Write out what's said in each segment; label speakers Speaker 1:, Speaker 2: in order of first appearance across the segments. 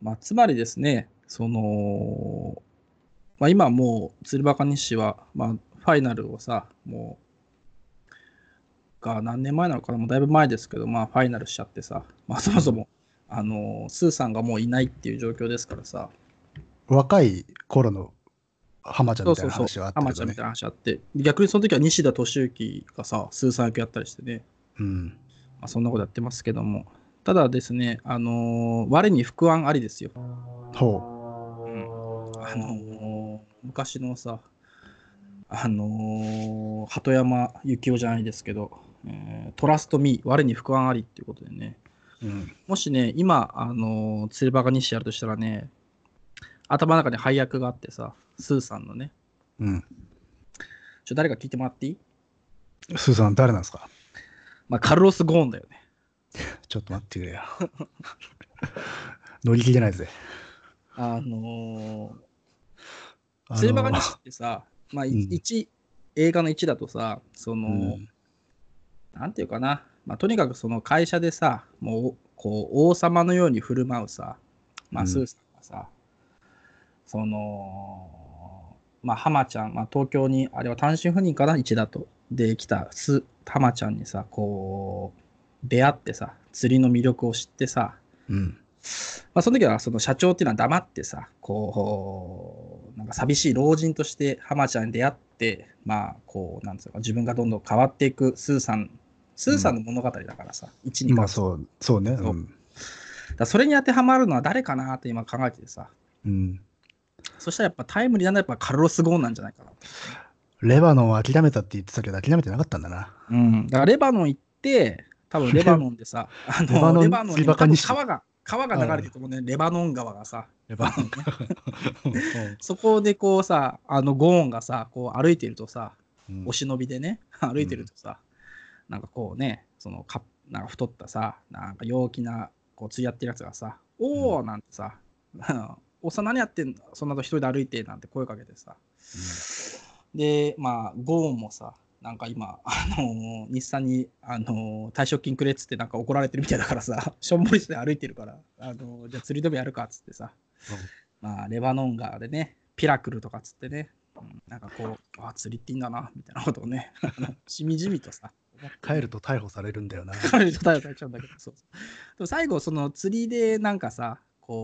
Speaker 1: まあ、つまりですね、その、まあ、今もう、鶴岡西は、まあ、ファイナルをさ、もう、が何年前なのかな、もうだいぶ前ですけど、まあ、ファイナルしちゃってさ、まあ、そもそも、あのースーさんがもういないっていう状況ですからさ、
Speaker 2: 若い頃の浜ちゃん
Speaker 1: そう
Speaker 2: みたい
Speaker 1: そう
Speaker 2: な
Speaker 1: そう
Speaker 2: 話はあ、
Speaker 1: ア
Speaker 2: った
Speaker 1: マ
Speaker 2: け
Speaker 1: ちゃ
Speaker 2: ど
Speaker 1: んみ
Speaker 2: ね
Speaker 1: たいな。話あって、逆にその時は西田敏行がさ、スーさん役やったりしてね、
Speaker 2: うん。
Speaker 1: まあ、そんなことやってますけども、ただですね、あのー我に不安ありですよ。
Speaker 2: ほ
Speaker 1: あのー昔のさ、あのー鳩山幸夫じゃないですけど、えートラストミー、我に不安ありっていうことでね、
Speaker 2: う。うん。
Speaker 1: もしね、今、あのー、釣りバカにしてやるとしたらね、頭の中に配役があってさ、スーさんのね、
Speaker 2: うん。
Speaker 1: ちょ誰か聞いてもらっていい
Speaker 2: スーさん、誰なんですか
Speaker 1: まあ、カルロス・ゴーンだよね。
Speaker 2: ちょっと待ってくれよ。乗り切れないぜ。
Speaker 1: あの
Speaker 2: あ
Speaker 1: ー、
Speaker 2: の
Speaker 1: 釣りバカにしってさ、まあ、
Speaker 2: うん
Speaker 1: 1、映画の1だとさ、その、
Speaker 2: うん
Speaker 1: なんていうかな、まあ、とにかくその会社でさ、もうこう王様のように振る舞うさ、ま
Speaker 2: う
Speaker 1: あ、
Speaker 2: ん
Speaker 1: スーさんがさ、その、まあ、浜ちゃん、まあ、東京に、あれは単身赴任かな、一だと、で来たス浜ちゃんにさ、こう、出会ってさ、釣りの魅力を知ってさ、
Speaker 2: うん。
Speaker 1: まあ、その時はその社長っていうのは黙ってさ、こう、なんか寂しい老人として浜ちゃんに出会って、まあ、こう、なんつうのか、自分がどんどん変わっていくスーさん、スーさんの物語だからさ、一に
Speaker 2: ま
Speaker 1: 関
Speaker 2: あ、
Speaker 1: して
Speaker 2: そう、そうね。。
Speaker 1: そううんだからそれに当てはまるのは誰かなって今考えててさ、
Speaker 2: うん。
Speaker 1: そしたらやっぱタイムリーなのはやっぱカルロス・ゴーンなんじゃないかなと。
Speaker 2: レバノンを諦めたって言ってたけど、諦めてなかったんだな。
Speaker 1: うん。だからレバノン行って、多分レバノンで さ、あ
Speaker 2: レバノ
Speaker 1: の
Speaker 2: ン
Speaker 1: レバノンにも
Speaker 2: バカ
Speaker 1: 多
Speaker 2: に
Speaker 1: 分
Speaker 2: して
Speaker 1: 川が、川が流れてると思うね、レバノン川がさ。
Speaker 2: レバノン。
Speaker 1: そこでこうさ、あのゴーンがさ、こう歩いてるとさ、
Speaker 2: うん
Speaker 1: お忍びでね、 歩いてるとさ、なんかこうね、そのかなんか太ったさ、なんか陽気な、こう、つやってるやつがさ、おーなんてさ、 おっさん何やってんのそんなと一人で歩いてなんて声かけてさ、で、まあ、ゴーンもさ、なんか今、あのー日産に、あのー退職金くれっつってなんか怒られてるみたいだからさ、 しょんぼりして歩いてるから、あのーじゃあ釣り止めやるかっつってさ、まあ、レバノン川でね、ピラクルとかっつってね、うんなんかこう、あ釣りっていいんだな、みたいなことをね、あのしみじみとさ、
Speaker 2: 帰ると逮捕されるんだよな。
Speaker 1: 彼女と逮捕されちゃうんだけど、そうそうでも最後、その釣りでなんかさ、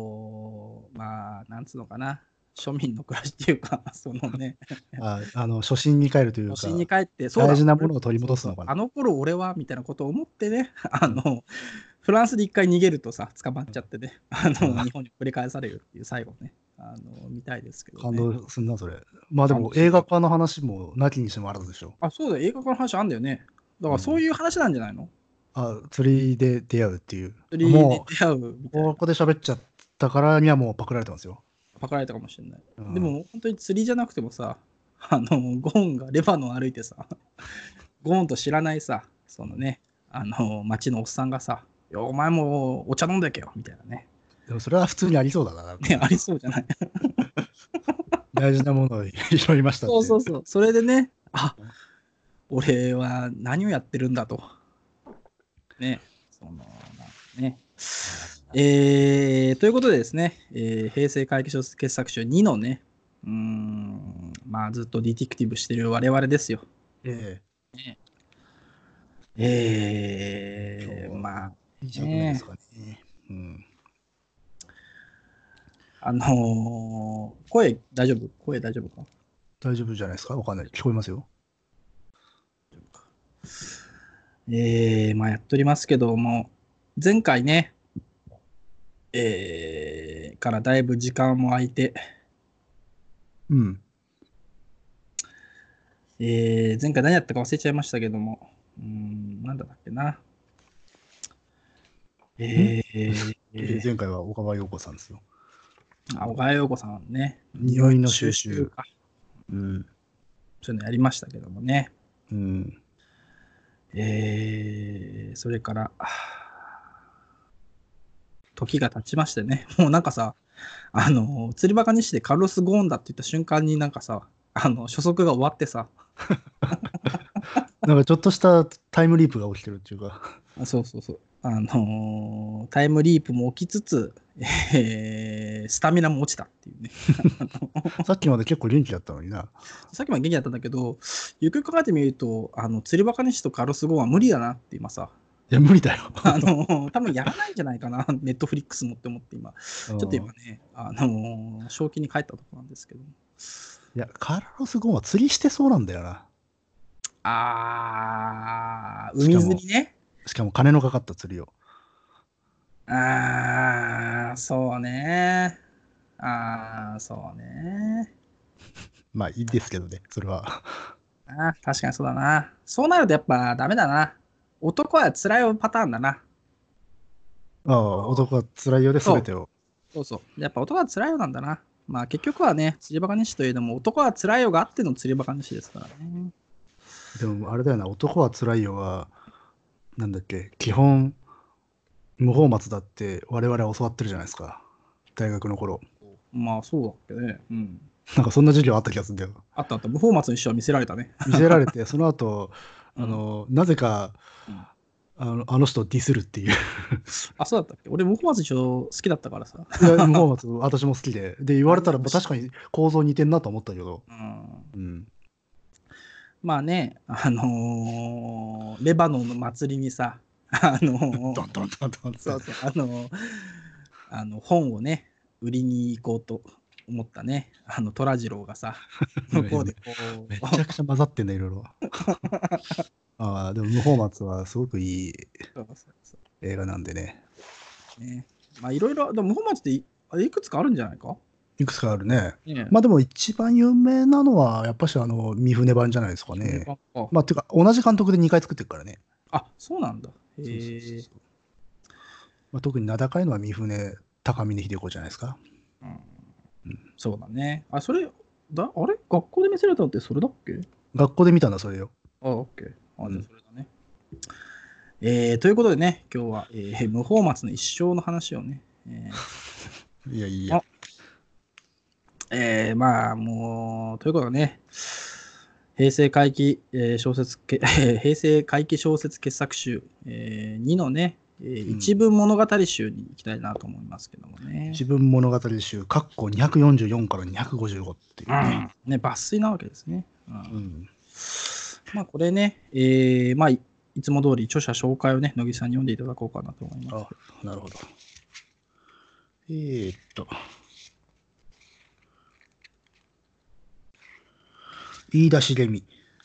Speaker 1: こう、まあ、なんつうのかな、庶民の暮らしっていうか、そのね、
Speaker 2: ああの初心に帰るという
Speaker 1: 都
Speaker 2: か、
Speaker 1: 心に帰って、そうだ
Speaker 2: 大事なものを取り戻すのか
Speaker 1: あ
Speaker 2: な。
Speaker 1: の頃俺はみたいなことを思ってね、 あの、フランスで一回逃げるとさ、捕まっちゃってね、あ
Speaker 2: うん
Speaker 1: の、日本に繰り返されるっていう最後ね、あの、見たいですけど、
Speaker 2: 感
Speaker 1: ね。
Speaker 2: 動すんな、それ。まあで
Speaker 1: 感
Speaker 2: も
Speaker 1: 動する
Speaker 2: 映画化の話もなきにしもあらずでしょ。
Speaker 1: あ、そうだよ、映画化の話あんだよね。だからそういう話なんじゃないの、
Speaker 2: あ、釣りで出会うっていう。
Speaker 1: 釣りで
Speaker 2: も
Speaker 1: 出会うみ
Speaker 2: う、
Speaker 1: たいな
Speaker 2: ここで喋っちゃったからにはもうパクられてますよ。
Speaker 1: パクられたかもしれない。
Speaker 2: うん
Speaker 1: で、も本当に釣りじゃなくてもさ、あの、ゴーンがレバノン歩いてさ、 ゴーンと知らないさ、そのね、あの、町のおっさんがさ、いやお前もお茶飲んでけよみたいなね。
Speaker 2: でもそれは普通にありそうだな。なんか
Speaker 1: ね、ありそうじゃない
Speaker 2: 大事なものを拾いま したって
Speaker 1: そ
Speaker 2: い
Speaker 1: うそうそう。それでね、あ俺は何をやってるんだと。ね。その、なんかね。えー、ということでですね、えー平成会議所傑作集2のね、うーん、まあずっとディティクティブしてる我々ですよ。
Speaker 2: え
Speaker 1: えー、まあ、
Speaker 2: えいい仕事ですかね。うん。
Speaker 1: あのー声大丈夫声大丈夫か
Speaker 2: 大丈夫じゃないですかわかんない。聞こえますよ。
Speaker 1: えー、まあやっておりますけども、前回ね、えー、からだいぶ時間も空いて、
Speaker 2: うん。
Speaker 1: えー、前回何やったか忘れちゃいましたけども、うーん、なんだったっけな。えー、
Speaker 2: 前回は岡場陽子さんですよ。
Speaker 1: あ小川陽子さんね、
Speaker 2: 匂いの収集。
Speaker 1: か。
Speaker 2: うん。
Speaker 1: そういうのやりましたけどもね。
Speaker 2: うん。
Speaker 1: えー、それから、はあ時が経ちましてね、 もうなんかさ、あの、釣りバカにしてカルロス・ゴーンだって言った瞬間になんかさ、あの、初速が終わってさ、
Speaker 2: なんかちょっとしたタイムリ ープが起きてるっていうか。
Speaker 1: あそうそうそう、あのータイムリープも起きつつ、えースタミナも落ちたっていうね。
Speaker 2: さっきまで結構元気だったのにな。
Speaker 1: さっきまで元気だったんだけど、よくよく考えてみると、あの釣りバカにしとカルロス・ゴーンは無理だなって今さ、
Speaker 2: いや、無理だよ。
Speaker 1: あの多分やらないんじゃないかな、ネットフリックスもって思って今、
Speaker 2: ち ょ
Speaker 1: ちょっと今ね、あのー正気に帰ったとこなんですけど。
Speaker 2: いや、カルロス・ゴーンは釣りしてそうなんだよな。
Speaker 1: あー、
Speaker 2: しか
Speaker 1: 海
Speaker 2: も
Speaker 1: 釣りね。
Speaker 2: しかも金のかかった釣りを。
Speaker 1: あー、そうね。あー、そうね。
Speaker 2: まあいいですけどね、それは。
Speaker 1: あー確かにそうだな。そうなるとやっぱダメだな。男は辛いパターンだな。
Speaker 2: まあ男は辛いようで全てを。
Speaker 1: そうそう。やっぱ男は辛いよなんだな。まあ結局はね、釣りバカ西といえども、男は辛いよがあっての釣りバカ西ですからね。
Speaker 2: でもあれだよな、男は辛いよは、なんだっけ、基本、無法末だって我々は教わってるじゃないですか。大学の頃。
Speaker 1: まあそうだっけね。うん。
Speaker 2: なんかそんな授業あった気がするんだよ。
Speaker 1: あったあった。無法末の一生は見せられたね。
Speaker 2: 見せられ て、その後、
Speaker 1: うん
Speaker 2: あの、なぜか、
Speaker 1: うん
Speaker 2: あのあの人をディスるって いう。
Speaker 1: あ、そうだったっけ俺、無法末の一生好きだったからさ。
Speaker 2: いや、無法末、私も好きで。で、言われたら、まあ確かに構造似てんなと思ったけど。
Speaker 1: うん。
Speaker 2: うん。
Speaker 1: まあね、あのーレバノンの祭りにさ、あのー
Speaker 2: ドンドンドンドンって
Speaker 1: そうそう、あのーあの本をね、売りに行こうと思ったね、あの虎次郎がさ、向こうでこう
Speaker 2: めちゃくちゃ混ざってんだ、いろい ろ。ああ、でも、無法末はすごくいい
Speaker 1: そうそうそ
Speaker 2: 映画なんでね。
Speaker 1: うね、まあいろいろ、でも本町っていあれいくつかあるんじゃないか、
Speaker 2: いくつかあるね。
Speaker 1: ね
Speaker 2: まあでも、一番有名なのは、やっぱし、あの、三船版じゃないですかね。
Speaker 1: あ、
Speaker 2: まあ、ていうか、同じ監督で2回作ってるからね。
Speaker 1: あそうなんだ。へ
Speaker 2: そうそうそう
Speaker 1: え
Speaker 2: そうまあ、特に名高いのは三船高峰秀子じゃないですか。
Speaker 1: うんそうだね。あ、それ、だあれ学校で見せられたのってそれだっけ
Speaker 2: 学校で見たんだ、それよ。
Speaker 1: あ、OK。あ、
Speaker 2: うん
Speaker 1: じゃあそれだね。えーということでね、今日は、えー無法末の一生の話をね、え
Speaker 2: いやい
Speaker 1: や。ーえーまあもう、ということでね、平成回帰、えー小説け、 平成回帰小説傑作集、えー2のね、えー
Speaker 2: うん
Speaker 1: 一文物語集に行きたいなと思いますけどもね。
Speaker 2: 自分物語集、括弧244から255っていう
Speaker 1: う
Speaker 2: ね。
Speaker 1: んね、抜粋なわけですね。うん
Speaker 2: うん。
Speaker 1: まあこれね、えーまあいいつも通り著者紹介をね、乃木さんに読んでいただこうかなと思います。
Speaker 2: あ、なるほど。えー、っと。飯田茂美、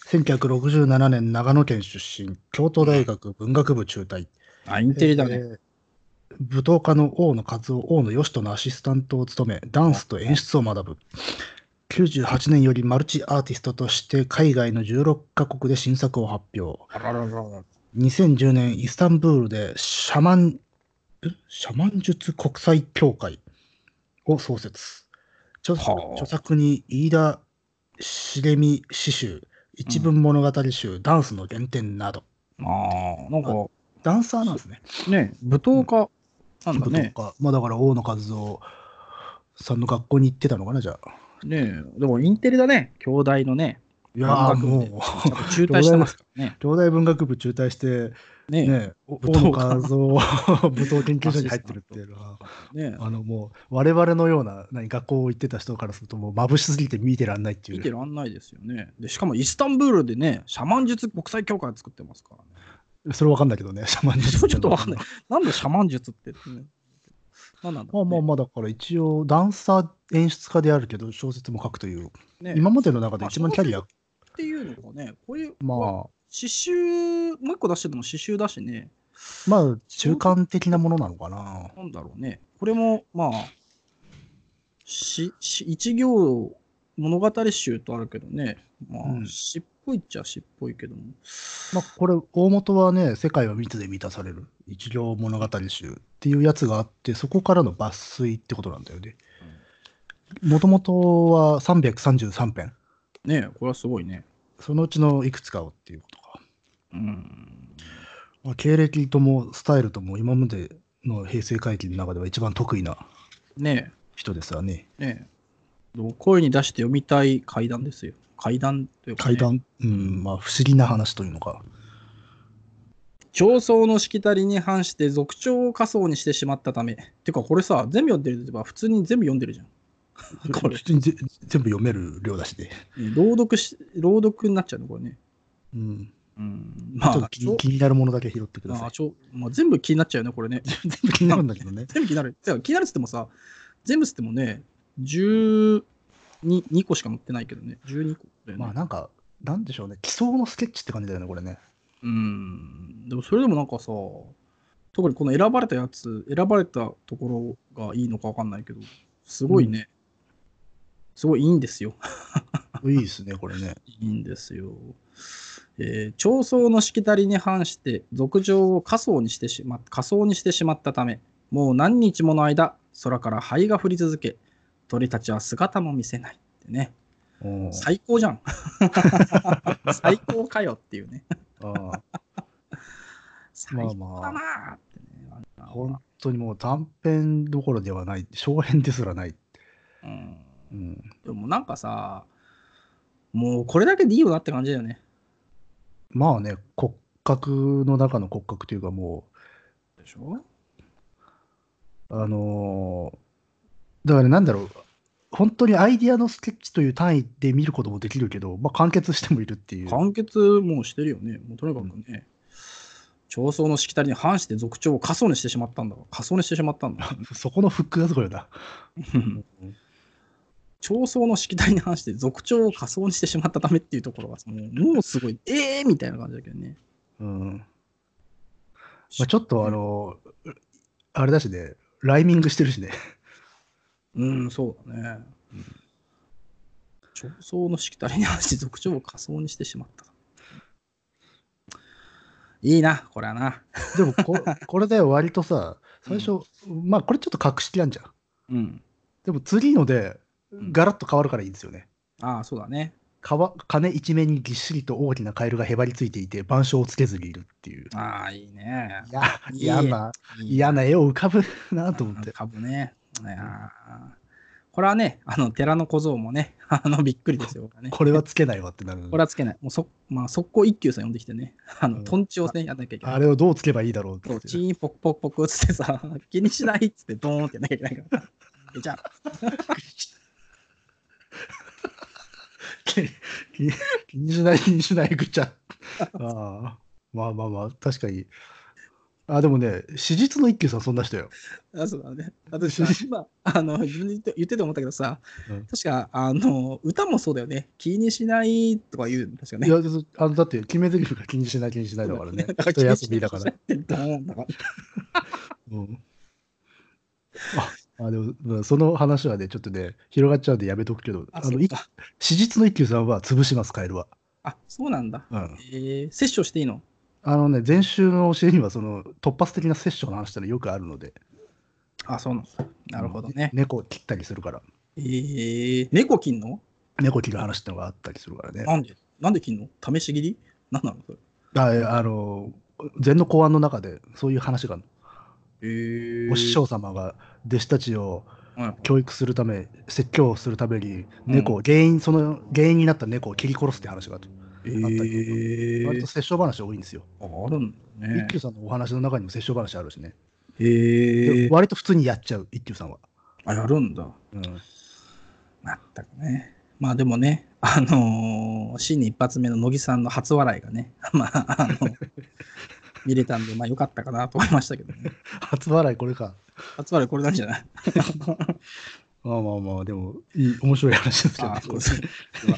Speaker 2: 1967年長野県出身、京都大学文学部中退。
Speaker 1: あ、インテリだね。
Speaker 2: えー舞踏家の大野和夫、大野義人のアシスタントを務め、ダンスと演出を学ぶ。98年よりマルチアーティストとして海外の16カ国で新作を発表。
Speaker 1: あらららら。
Speaker 2: 2010年イスタンブールでシャマン、えシャマン術国際協会を創設。著
Speaker 1: はあ
Speaker 2: 著作に飯田茂美詩集、一文物語集、ダンスの原点など。
Speaker 1: ああ、なんか
Speaker 2: ダンサーなんですね。
Speaker 1: ね、舞踏家なんだ
Speaker 2: と
Speaker 1: ね。
Speaker 2: か、まあだから大野和夫さんの学校に行ってたのかな、じゃあ。
Speaker 1: ねえでもインテリだね、兄弟の ね、
Speaker 2: い
Speaker 1: や
Speaker 2: や
Speaker 1: ーも
Speaker 2: も
Speaker 1: や
Speaker 2: う、
Speaker 1: っぱ中退して ますからね。
Speaker 2: 京大文学部中退して、
Speaker 1: ね
Speaker 2: ね、大野和夫、 武闘研究所に入ってるっていうのは。
Speaker 1: えねえ
Speaker 2: あのもう我々のような何学校行ってた人からするともう眩しすぎて見てらんないってい
Speaker 1: 見て
Speaker 2: う
Speaker 1: らんないですよね。で、しかもイスタンブールでね、シャマン術国際協会作ってますからね。
Speaker 2: それわかんないけどねシャマン術
Speaker 1: それ ちょっとわかんない。 なんでシャマン術って、ね。なんなんだろ
Speaker 2: まあ
Speaker 1: うね、
Speaker 2: まあまあだから一応ダンサー演出家であるけど小説も書くという
Speaker 1: ね
Speaker 2: 今までの中で一番キャリア
Speaker 1: っていうのがね、こういう、まあ、
Speaker 2: まあ
Speaker 1: 刺繍、もう一個出してるのも刺繍だしね、
Speaker 2: まあ中間的なものなのかな
Speaker 1: なんだろうね。これも、まあ、し、し一行物語集とあるけどね。まあ、
Speaker 2: うん
Speaker 1: 詩っぽいっちゃ詩っぽいけども。
Speaker 2: まあこれ大元はね「世界は密で満たされる一行物語集」っていうやつがあってそこからの抜粋ってことなんだよねもともとは333編
Speaker 1: ねえ、これはすごいね。
Speaker 2: そのうちのいくつかをっていうことか
Speaker 1: うん。
Speaker 2: まあ、経歴ともスタイルとも今までの平成回帰の中では一番得意な
Speaker 1: ね
Speaker 2: 人ですわね。
Speaker 1: え、ねえ。どう声に出して読みたい階段ですよ。階段というか、ね。
Speaker 2: 階段、うん、まあ不思議な話というのか。
Speaker 1: 上層のしきたりに反して族長を仮想にしてしまったため。てかこれさ、全部読んでるってば普通に全部読んでるじゃん。 これ
Speaker 2: 普通にぜ全部読める量だしね。
Speaker 1: 朗読し、朗読になっちゃうの、これね。
Speaker 2: うん。
Speaker 1: うん。ま
Speaker 2: ちょっと
Speaker 1: あ、
Speaker 2: 気に気になるものだけ拾ってくだ
Speaker 1: あ
Speaker 2: さい
Speaker 1: あ。ちょまあ、全部気になっちゃうよね、これ ね。
Speaker 2: 全部 気になるんだけどね。
Speaker 1: 全部気になる。てか気になるっつってもさ、全部っつってもね、12 2個しか載ってないけどね。12個だよね。
Speaker 2: まあなんか、なんでしょうね。奇想のスケッチって感じだよね、これね。
Speaker 1: うん。でもそれでもなんかさ、特にこの選ばれたやつ、選ばれたところがいいのかわかんないけど、すごいね。すごいいいんですよ。
Speaker 2: いいですね、これね。
Speaker 1: いいんですよ。えー、長宗のしきたりに反して、俗情を仮想にしてしま仮想にしてしまったため、もう何日もの間、空から灰が降り続け、鳥たちは姿も見せないってね。
Speaker 2: うん
Speaker 1: 最高 じゃん。最高かよっていうね。
Speaker 2: あ
Speaker 1: 最高だなーってね。
Speaker 2: あ本当にもう短編どころではない、小編ですらない。
Speaker 1: うん
Speaker 2: うん、
Speaker 1: でもなんかさ、もうこれだけでいいよなって感じだよね。
Speaker 2: まあね、骨格の中の骨格というか、も
Speaker 1: でしょ
Speaker 2: う、あのーだからなんだろう、本当にアイディアのスケッチという単位で見ることもできるけど、まあ、完結してもいるっていう。
Speaker 1: 完結もうしてるよね。もうとにかくね、長宗のしきたりに反して族長を過疎にしてしまったんだわ。過疎にしてしまった んだ。
Speaker 2: そこのフックがすごいよな。
Speaker 1: 長宗のしきたりに反して族長を過疎にしてしまったためっていうところがもうもうすごい、えーみたいな感じだけどね。
Speaker 2: うんまあ、ちょっとあのーあれだしね、ライミングしてるしね。
Speaker 1: うん、そうだね。長宗のしきたりに反して族長を過疎にしてしまった。いいな、これはな。
Speaker 2: でもこ、これで割とさ、最初、まあ、これちょっと格式なんじゃん。
Speaker 1: うん。
Speaker 2: でも次ので、
Speaker 1: ん
Speaker 2: ガラッと変わるからいいんですよね。
Speaker 1: ああ、そうだね。
Speaker 2: 川金一面にぎっしりと大きなカエルがへばりついていて、板書をつけずにいるっていう。
Speaker 1: ああ、いいね。
Speaker 2: いや
Speaker 1: いい
Speaker 2: 嫌な、
Speaker 1: いい
Speaker 2: 嫌な絵を浮かぶなと思って。
Speaker 1: 株ね。いやーこれはね、あの寺の小僧もね、 あのびっくり ですよ。ね、
Speaker 2: これはつけないわってなる。
Speaker 1: これはつけない。もうそ、まあ、速攻一休さん呼んできてね、あ
Speaker 2: う
Speaker 1: の
Speaker 2: ん
Speaker 1: トンチをね、やんなきゃいけな
Speaker 2: あ
Speaker 1: い。
Speaker 2: れをどうつけばいいだろう
Speaker 1: そう
Speaker 2: って。
Speaker 1: チーンポクポクポクっつってさ、気にしないっつってドーンってやんなきゃいけない から。えじゃあ、
Speaker 2: 気気気にしない、気にしない、ぐちゃ。 ああまあまあまあ、確かに。あ、でもね、史実の一休さん、そんな人よ。
Speaker 1: あそうだね。私 さ、今、あの、自分で言って言ってて思ったけどさ、
Speaker 2: うん
Speaker 1: 確か、あの、歌もそうだよね。気にしないとか言うんですよね。
Speaker 2: いや、そうあのだって、決め台詞が気にしない、気に しないだから ね。一人遊びだから。。
Speaker 1: ドーンだから。
Speaker 2: うんああでもまあその話はね、ちょっとね、広がっちゃうんでやめとくけど、あ
Speaker 1: あ、そ
Speaker 2: の
Speaker 1: う
Speaker 2: い
Speaker 1: か。
Speaker 2: 史実の一休さんは潰します、カエルは。
Speaker 1: あ、そうなんだ。
Speaker 2: うん、
Speaker 1: えー、摂取していいの
Speaker 2: あのね、前週の教えには、その突発的な摂取の話ってのはよくあるので、
Speaker 1: あ、そうなんだなるほどね
Speaker 2: う。ん猫を切ったりするから、
Speaker 1: えー、猫切んの
Speaker 2: 猫切る話ってのがあったりするからね。
Speaker 1: なんでなんで切んの試し切りなんなのそれ。
Speaker 2: あえあの禅の公案の中で、そういう話があるの、
Speaker 1: えー
Speaker 2: お師匠様が弟子たちを
Speaker 1: はい
Speaker 2: 教育するため、説教をするために、猫を、原因、その原因になった猫を切り殺すって話があって、
Speaker 1: え
Speaker 2: 割
Speaker 1: ー
Speaker 2: と、殺生話多いんですよ。
Speaker 1: ああるんだね
Speaker 2: 一。休さんのお話の中にも殺生話あるしね、
Speaker 1: え
Speaker 2: で
Speaker 1: ー、
Speaker 2: 割と普通にやっちゃう、一休さんは。
Speaker 1: あ、やるんだ。
Speaker 2: うん
Speaker 1: まったくね。まあでもね、あのー、新年一発目の乃木さんの初笑いがね、 まあ、あの、見れたんで、まあよかったかなと思いましたけどね。
Speaker 2: 初笑い、これか。
Speaker 1: 初笑いこれなんじゃない
Speaker 2: まあまあまあ、でも、いい面白い話 ですけど
Speaker 1: あ
Speaker 2: ね
Speaker 1: ーこれそれは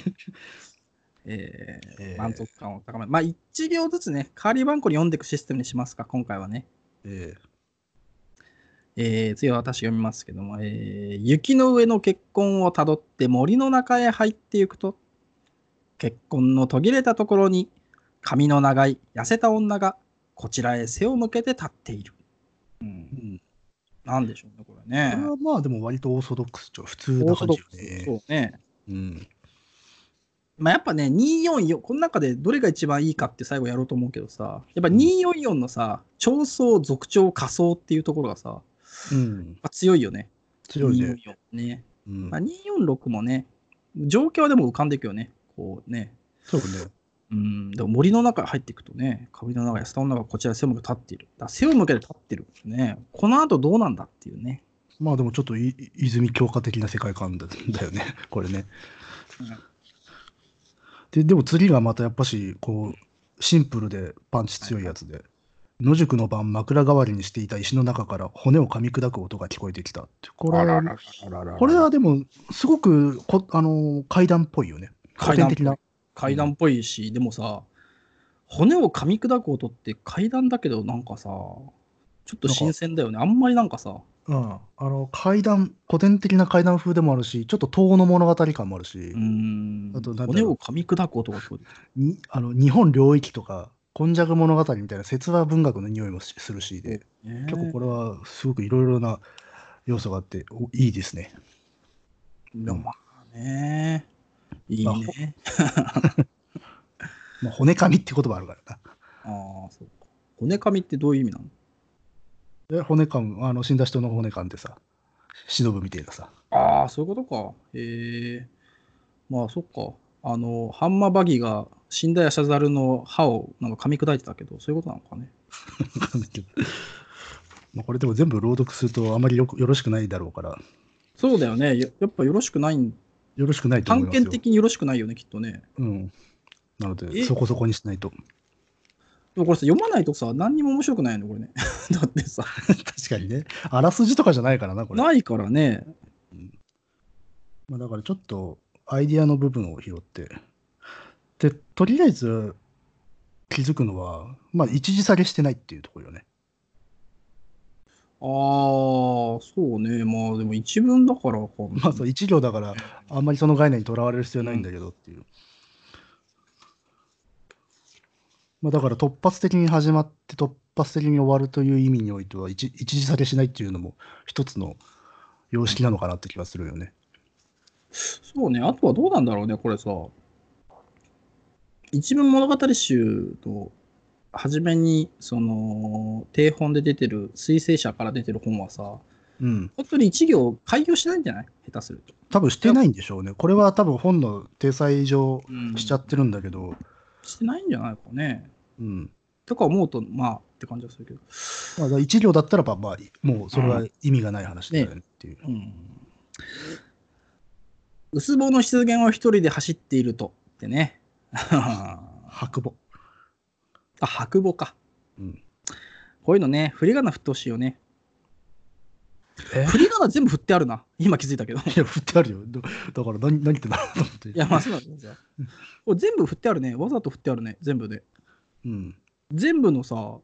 Speaker 1: えー
Speaker 2: えー
Speaker 1: 満足感を高める。まあ、1行ずつね、カーリーバンコに読んでいくシステムにしますか、今回はね。
Speaker 2: ええ
Speaker 1: えー次は私読みますけども、えー雪の上の結婚をたどって森の中へ入っていくと、結婚の途切れたところに、髪の長い痩せた女がこちらへ背を向けて立っている。う、
Speaker 2: うんん
Speaker 1: なんでしょうね、これ
Speaker 2: これ
Speaker 1: ね。
Speaker 2: はまあ、でも割とオーソドックスっちゃ、普通
Speaker 1: オ
Speaker 2: な
Speaker 1: ーソ
Speaker 2: 感
Speaker 1: ド
Speaker 2: じ
Speaker 1: ック
Speaker 2: よ
Speaker 1: ス。
Speaker 2: ね。
Speaker 1: そうね。
Speaker 2: うん
Speaker 1: まあ、やっぱね、244、この中でどれが一番いいかって最後やろうと思うけどさ、やっぱ244のさ、調層、族長、仮想っていうところがさ、やっ
Speaker 2: うん。
Speaker 1: ぱ強いよね。
Speaker 2: 強いね。
Speaker 1: 244ね。
Speaker 2: うん
Speaker 1: まあ、246もね、状況はでも浮かんでいくよね。こうね。
Speaker 2: そうね。
Speaker 1: ううん、でも森の中に入っていくとね、壁の中やスタの中、こちらに背を向けて立っている。だから背を向けて立ってるんですね。この後どうなんだっていうね。
Speaker 2: まあでもちょっとい泉鏡花的な世界観だだよね、 これね。
Speaker 1: うん
Speaker 2: で、でも次がまたやっぱし、こう、シンプルでパンチ強いやつで、野宿の晩枕代わりにしていた石の中から骨を噛み砕く音が聞こえてきたって。これ、
Speaker 3: あらららららら
Speaker 2: これはでも、すごくこ、あのー怪談っぽいよね。
Speaker 1: 怪
Speaker 2: 古典
Speaker 1: 談
Speaker 2: 的な。
Speaker 1: 階段っぽいし、でもさ、骨を噛み砕く音って階段だけど、なんかさ、ちょっと新鮮だよね。あんまりなんかさ、
Speaker 2: うん、あの怪談古典的な怪談風でもあるしちょっと遠の物語感もあるし、
Speaker 1: うーん
Speaker 2: あとなんだろう
Speaker 1: 骨を噛み砕く音が聞こえてくる
Speaker 2: にあの日本領域とか今昔物語みたいな説話文学の匂いもしするしで、
Speaker 1: ね
Speaker 2: 結構これはすごくいろいろな要素があっておいいですね。
Speaker 1: でもまあね、いいね。
Speaker 2: まあ、骨神って言葉あるから
Speaker 1: ああー、そうか。骨噛みってどういう意味なの
Speaker 2: な。で骨神あの死んだ人の骨神ってさ忍ぶみたいなさ。
Speaker 1: ああ、そういうことか。へえ。まあ、そっか。あの、ハンマーバギーが死んだヤシャザルの歯をなんか噛み砕いてたけど、そういうことなのかね。
Speaker 2: わかんないけどまあこれでも全部朗読するとあまりよくよろしくないだろうから
Speaker 1: そうだよね。ややっぱよろしくないん、
Speaker 2: よろしくないと思
Speaker 1: 探
Speaker 2: いますよ。
Speaker 1: 検的によろしくないよね、きっとね。
Speaker 2: うん、なので
Speaker 1: え
Speaker 2: そこそこにしないと。
Speaker 1: でもこれさ、読まないとさ、何にも面白くないの、これね。 だってさ、
Speaker 2: 確かにね。あらすじとかじゃないからな、これ。
Speaker 1: ないからね。
Speaker 2: まあ、だからちょっとアイディアの部分を拾って。で、とりあえず気づくのは、まあ、一時下げしてないっていうところよね。
Speaker 1: ああ、そうね。まあ、でも一文だからか。
Speaker 2: まあ、そう、一行だから、あんまりその概念にとらわれる必要ないんだけどっていう。まあ、だから突発的に始まって突発的に終わるという意味においては一一時下げしないっていうのも一つの様式なのかなって気がするよね。
Speaker 1: そうね、あとはどうなんだろうね、これさ。一文物語集の初めに、その、定本で出てる、推薦者から出てる本はさ、
Speaker 2: うん。
Speaker 1: 本当に一行開業しないんじゃない下手すると。
Speaker 2: 多分してないんでしょうね。これは多分本の体裁上しちゃってるんだけど、
Speaker 1: してないんじゃないかね。
Speaker 2: うん。
Speaker 1: とか思うと、まあって感じがするけど。
Speaker 2: まあ、1行だったらば、まあ、もうそれは意味がない話だよねっていう。
Speaker 1: うん。薄棒の出現を一人で走っているとってね。 あ、
Speaker 2: 白母。
Speaker 1: 白棒か。
Speaker 2: うん。
Speaker 1: こういうのね、振り仮名振ってほしいよね。
Speaker 2: え
Speaker 1: 振り仮名全部振ってあるな。今気づい たけど。
Speaker 2: いや、振ってあるよ。だだから何、何言ってんだろうと思って。
Speaker 1: いや、まあそうなんですよ。これ全部振ってあるね。わざと振ってあるね。全部で。
Speaker 2: うん。
Speaker 1: 全部のさ、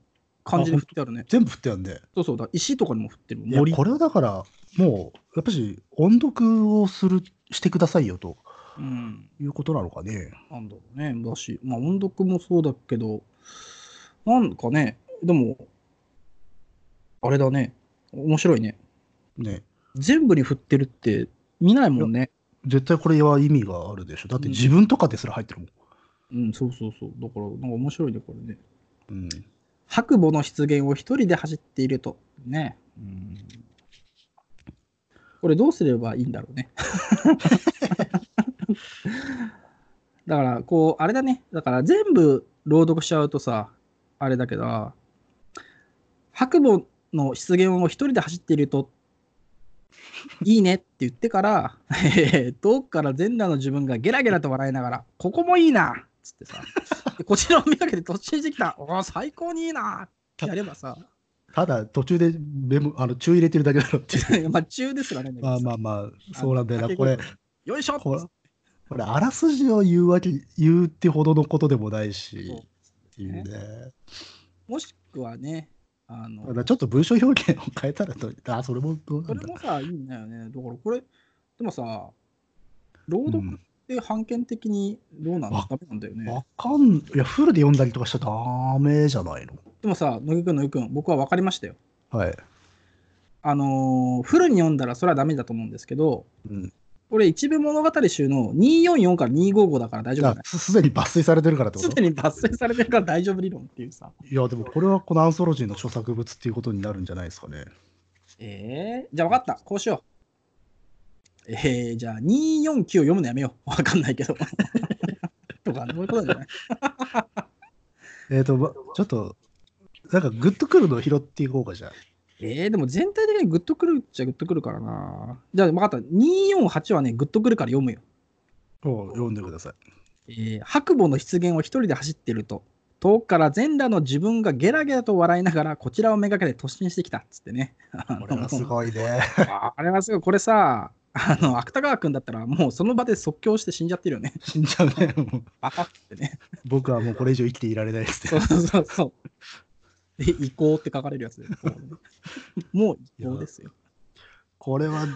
Speaker 1: 漢字で振ってあるね。
Speaker 2: 全部振ってあるんで。
Speaker 1: そうそうだ。石とかにも振ってる。
Speaker 2: いや
Speaker 1: 森。
Speaker 2: これはだから、もう、やっぱし、音読をする、してくださいよと
Speaker 1: うん。
Speaker 2: いうことなのかね。
Speaker 1: なんだろうね。だし、まあ音読もそうだけど、なんかね、でも、あれだね。面白いね。
Speaker 2: ね。
Speaker 1: 全部に振ってるって見ないもんね。
Speaker 2: 絶対これは意味があるでしょ。だって自分とかですら入ってるも
Speaker 1: う
Speaker 2: ん。
Speaker 1: ん、そうそうそう。だから、なんか面白いね、これね。
Speaker 2: うん。
Speaker 1: 白母の出現を一人で走っていると。ね。うん、これどうすればいいんだろうね。 だから、こう、あれだね。だから全部朗読しちゃうとさ、あれだけど、白母の出現を一人で走っていると、いいねって言ってから、 えー遠くから全裸の自分がゲラゲラと笑いながら、ここもいいなっつってさ。でこちらを見かけて突進してきた。おお、最高にいいなってやればさ、
Speaker 2: ただ、途中でメモ、あの、注意入れてるだけだろっていう。
Speaker 1: まあ中ですらね。
Speaker 2: まあまあまあ、そうなんだよな。これ、
Speaker 1: よいしょ
Speaker 2: これ、これあらすじを言うわけ、言うってほどのことでもないし、
Speaker 1: そう
Speaker 2: っていうね。
Speaker 1: もしくはね、あの
Speaker 2: だか、らちょっと文章表現を変えたらどう、あ、それもどうな
Speaker 1: そ
Speaker 2: ん
Speaker 1: れ
Speaker 2: だ。
Speaker 1: もさ、いいんだよね。だからこれ、でもさ、朗読って判権的にどうなの、
Speaker 2: う
Speaker 1: ダ
Speaker 2: ん
Speaker 1: メなんだよ
Speaker 2: うんわ
Speaker 1: ね。
Speaker 2: かん、いや、フルで読んだりとかしちゃダメじゃないの。
Speaker 1: でもさ、野木くん、野木くん、僕は分かりましたよ。
Speaker 2: はい。
Speaker 1: あのーフルに読んだらそれはダメだと思うんですけど、
Speaker 2: うん、
Speaker 1: 俺、一部物語集の244から255だから大丈夫じゃ
Speaker 2: あ
Speaker 1: ない
Speaker 2: すすでに抜粋されてるからってこ
Speaker 1: す
Speaker 2: と
Speaker 1: でに抜粋されてるから大丈夫理論っていうさ。
Speaker 2: いや、でもこれはこのアンソロジーの著作物っていうことになるんじゃないですかね。
Speaker 1: えー、じゃあ分かった。こうしよう。えー、じゃあ249を読むのやめよう。分かんないけど。 とか、そういうことじゃない。
Speaker 2: えっ、と、ばちょっと、なんかグッとくるのを拾っていこうか、じゃあ。
Speaker 1: えー、でも全体的にグッとくるっちゃグッとくるからな。じゃあ、分かった。248はね、グッとくるから読むよ。
Speaker 2: お読んでください。
Speaker 1: えー白母の湿原を一人で走っていると遠くから全裸の自分がゲラゲラと笑いながらこちらをめがけて突進してきたっつってねあ
Speaker 2: これはす
Speaker 1: の
Speaker 2: ごいね。
Speaker 1: ああれはすごいこれさあの芥川君だったらもうその場で即興して死んじゃってるよね
Speaker 2: 死んじゃうね。もう
Speaker 1: バカっつってね
Speaker 2: 僕はもうこれ以上生きていられないです
Speaker 1: そ
Speaker 2: っ
Speaker 1: う
Speaker 2: て。
Speaker 1: そうそう そうで「移行」って書かれるやつでこうねもう移行ですよ
Speaker 2: これは、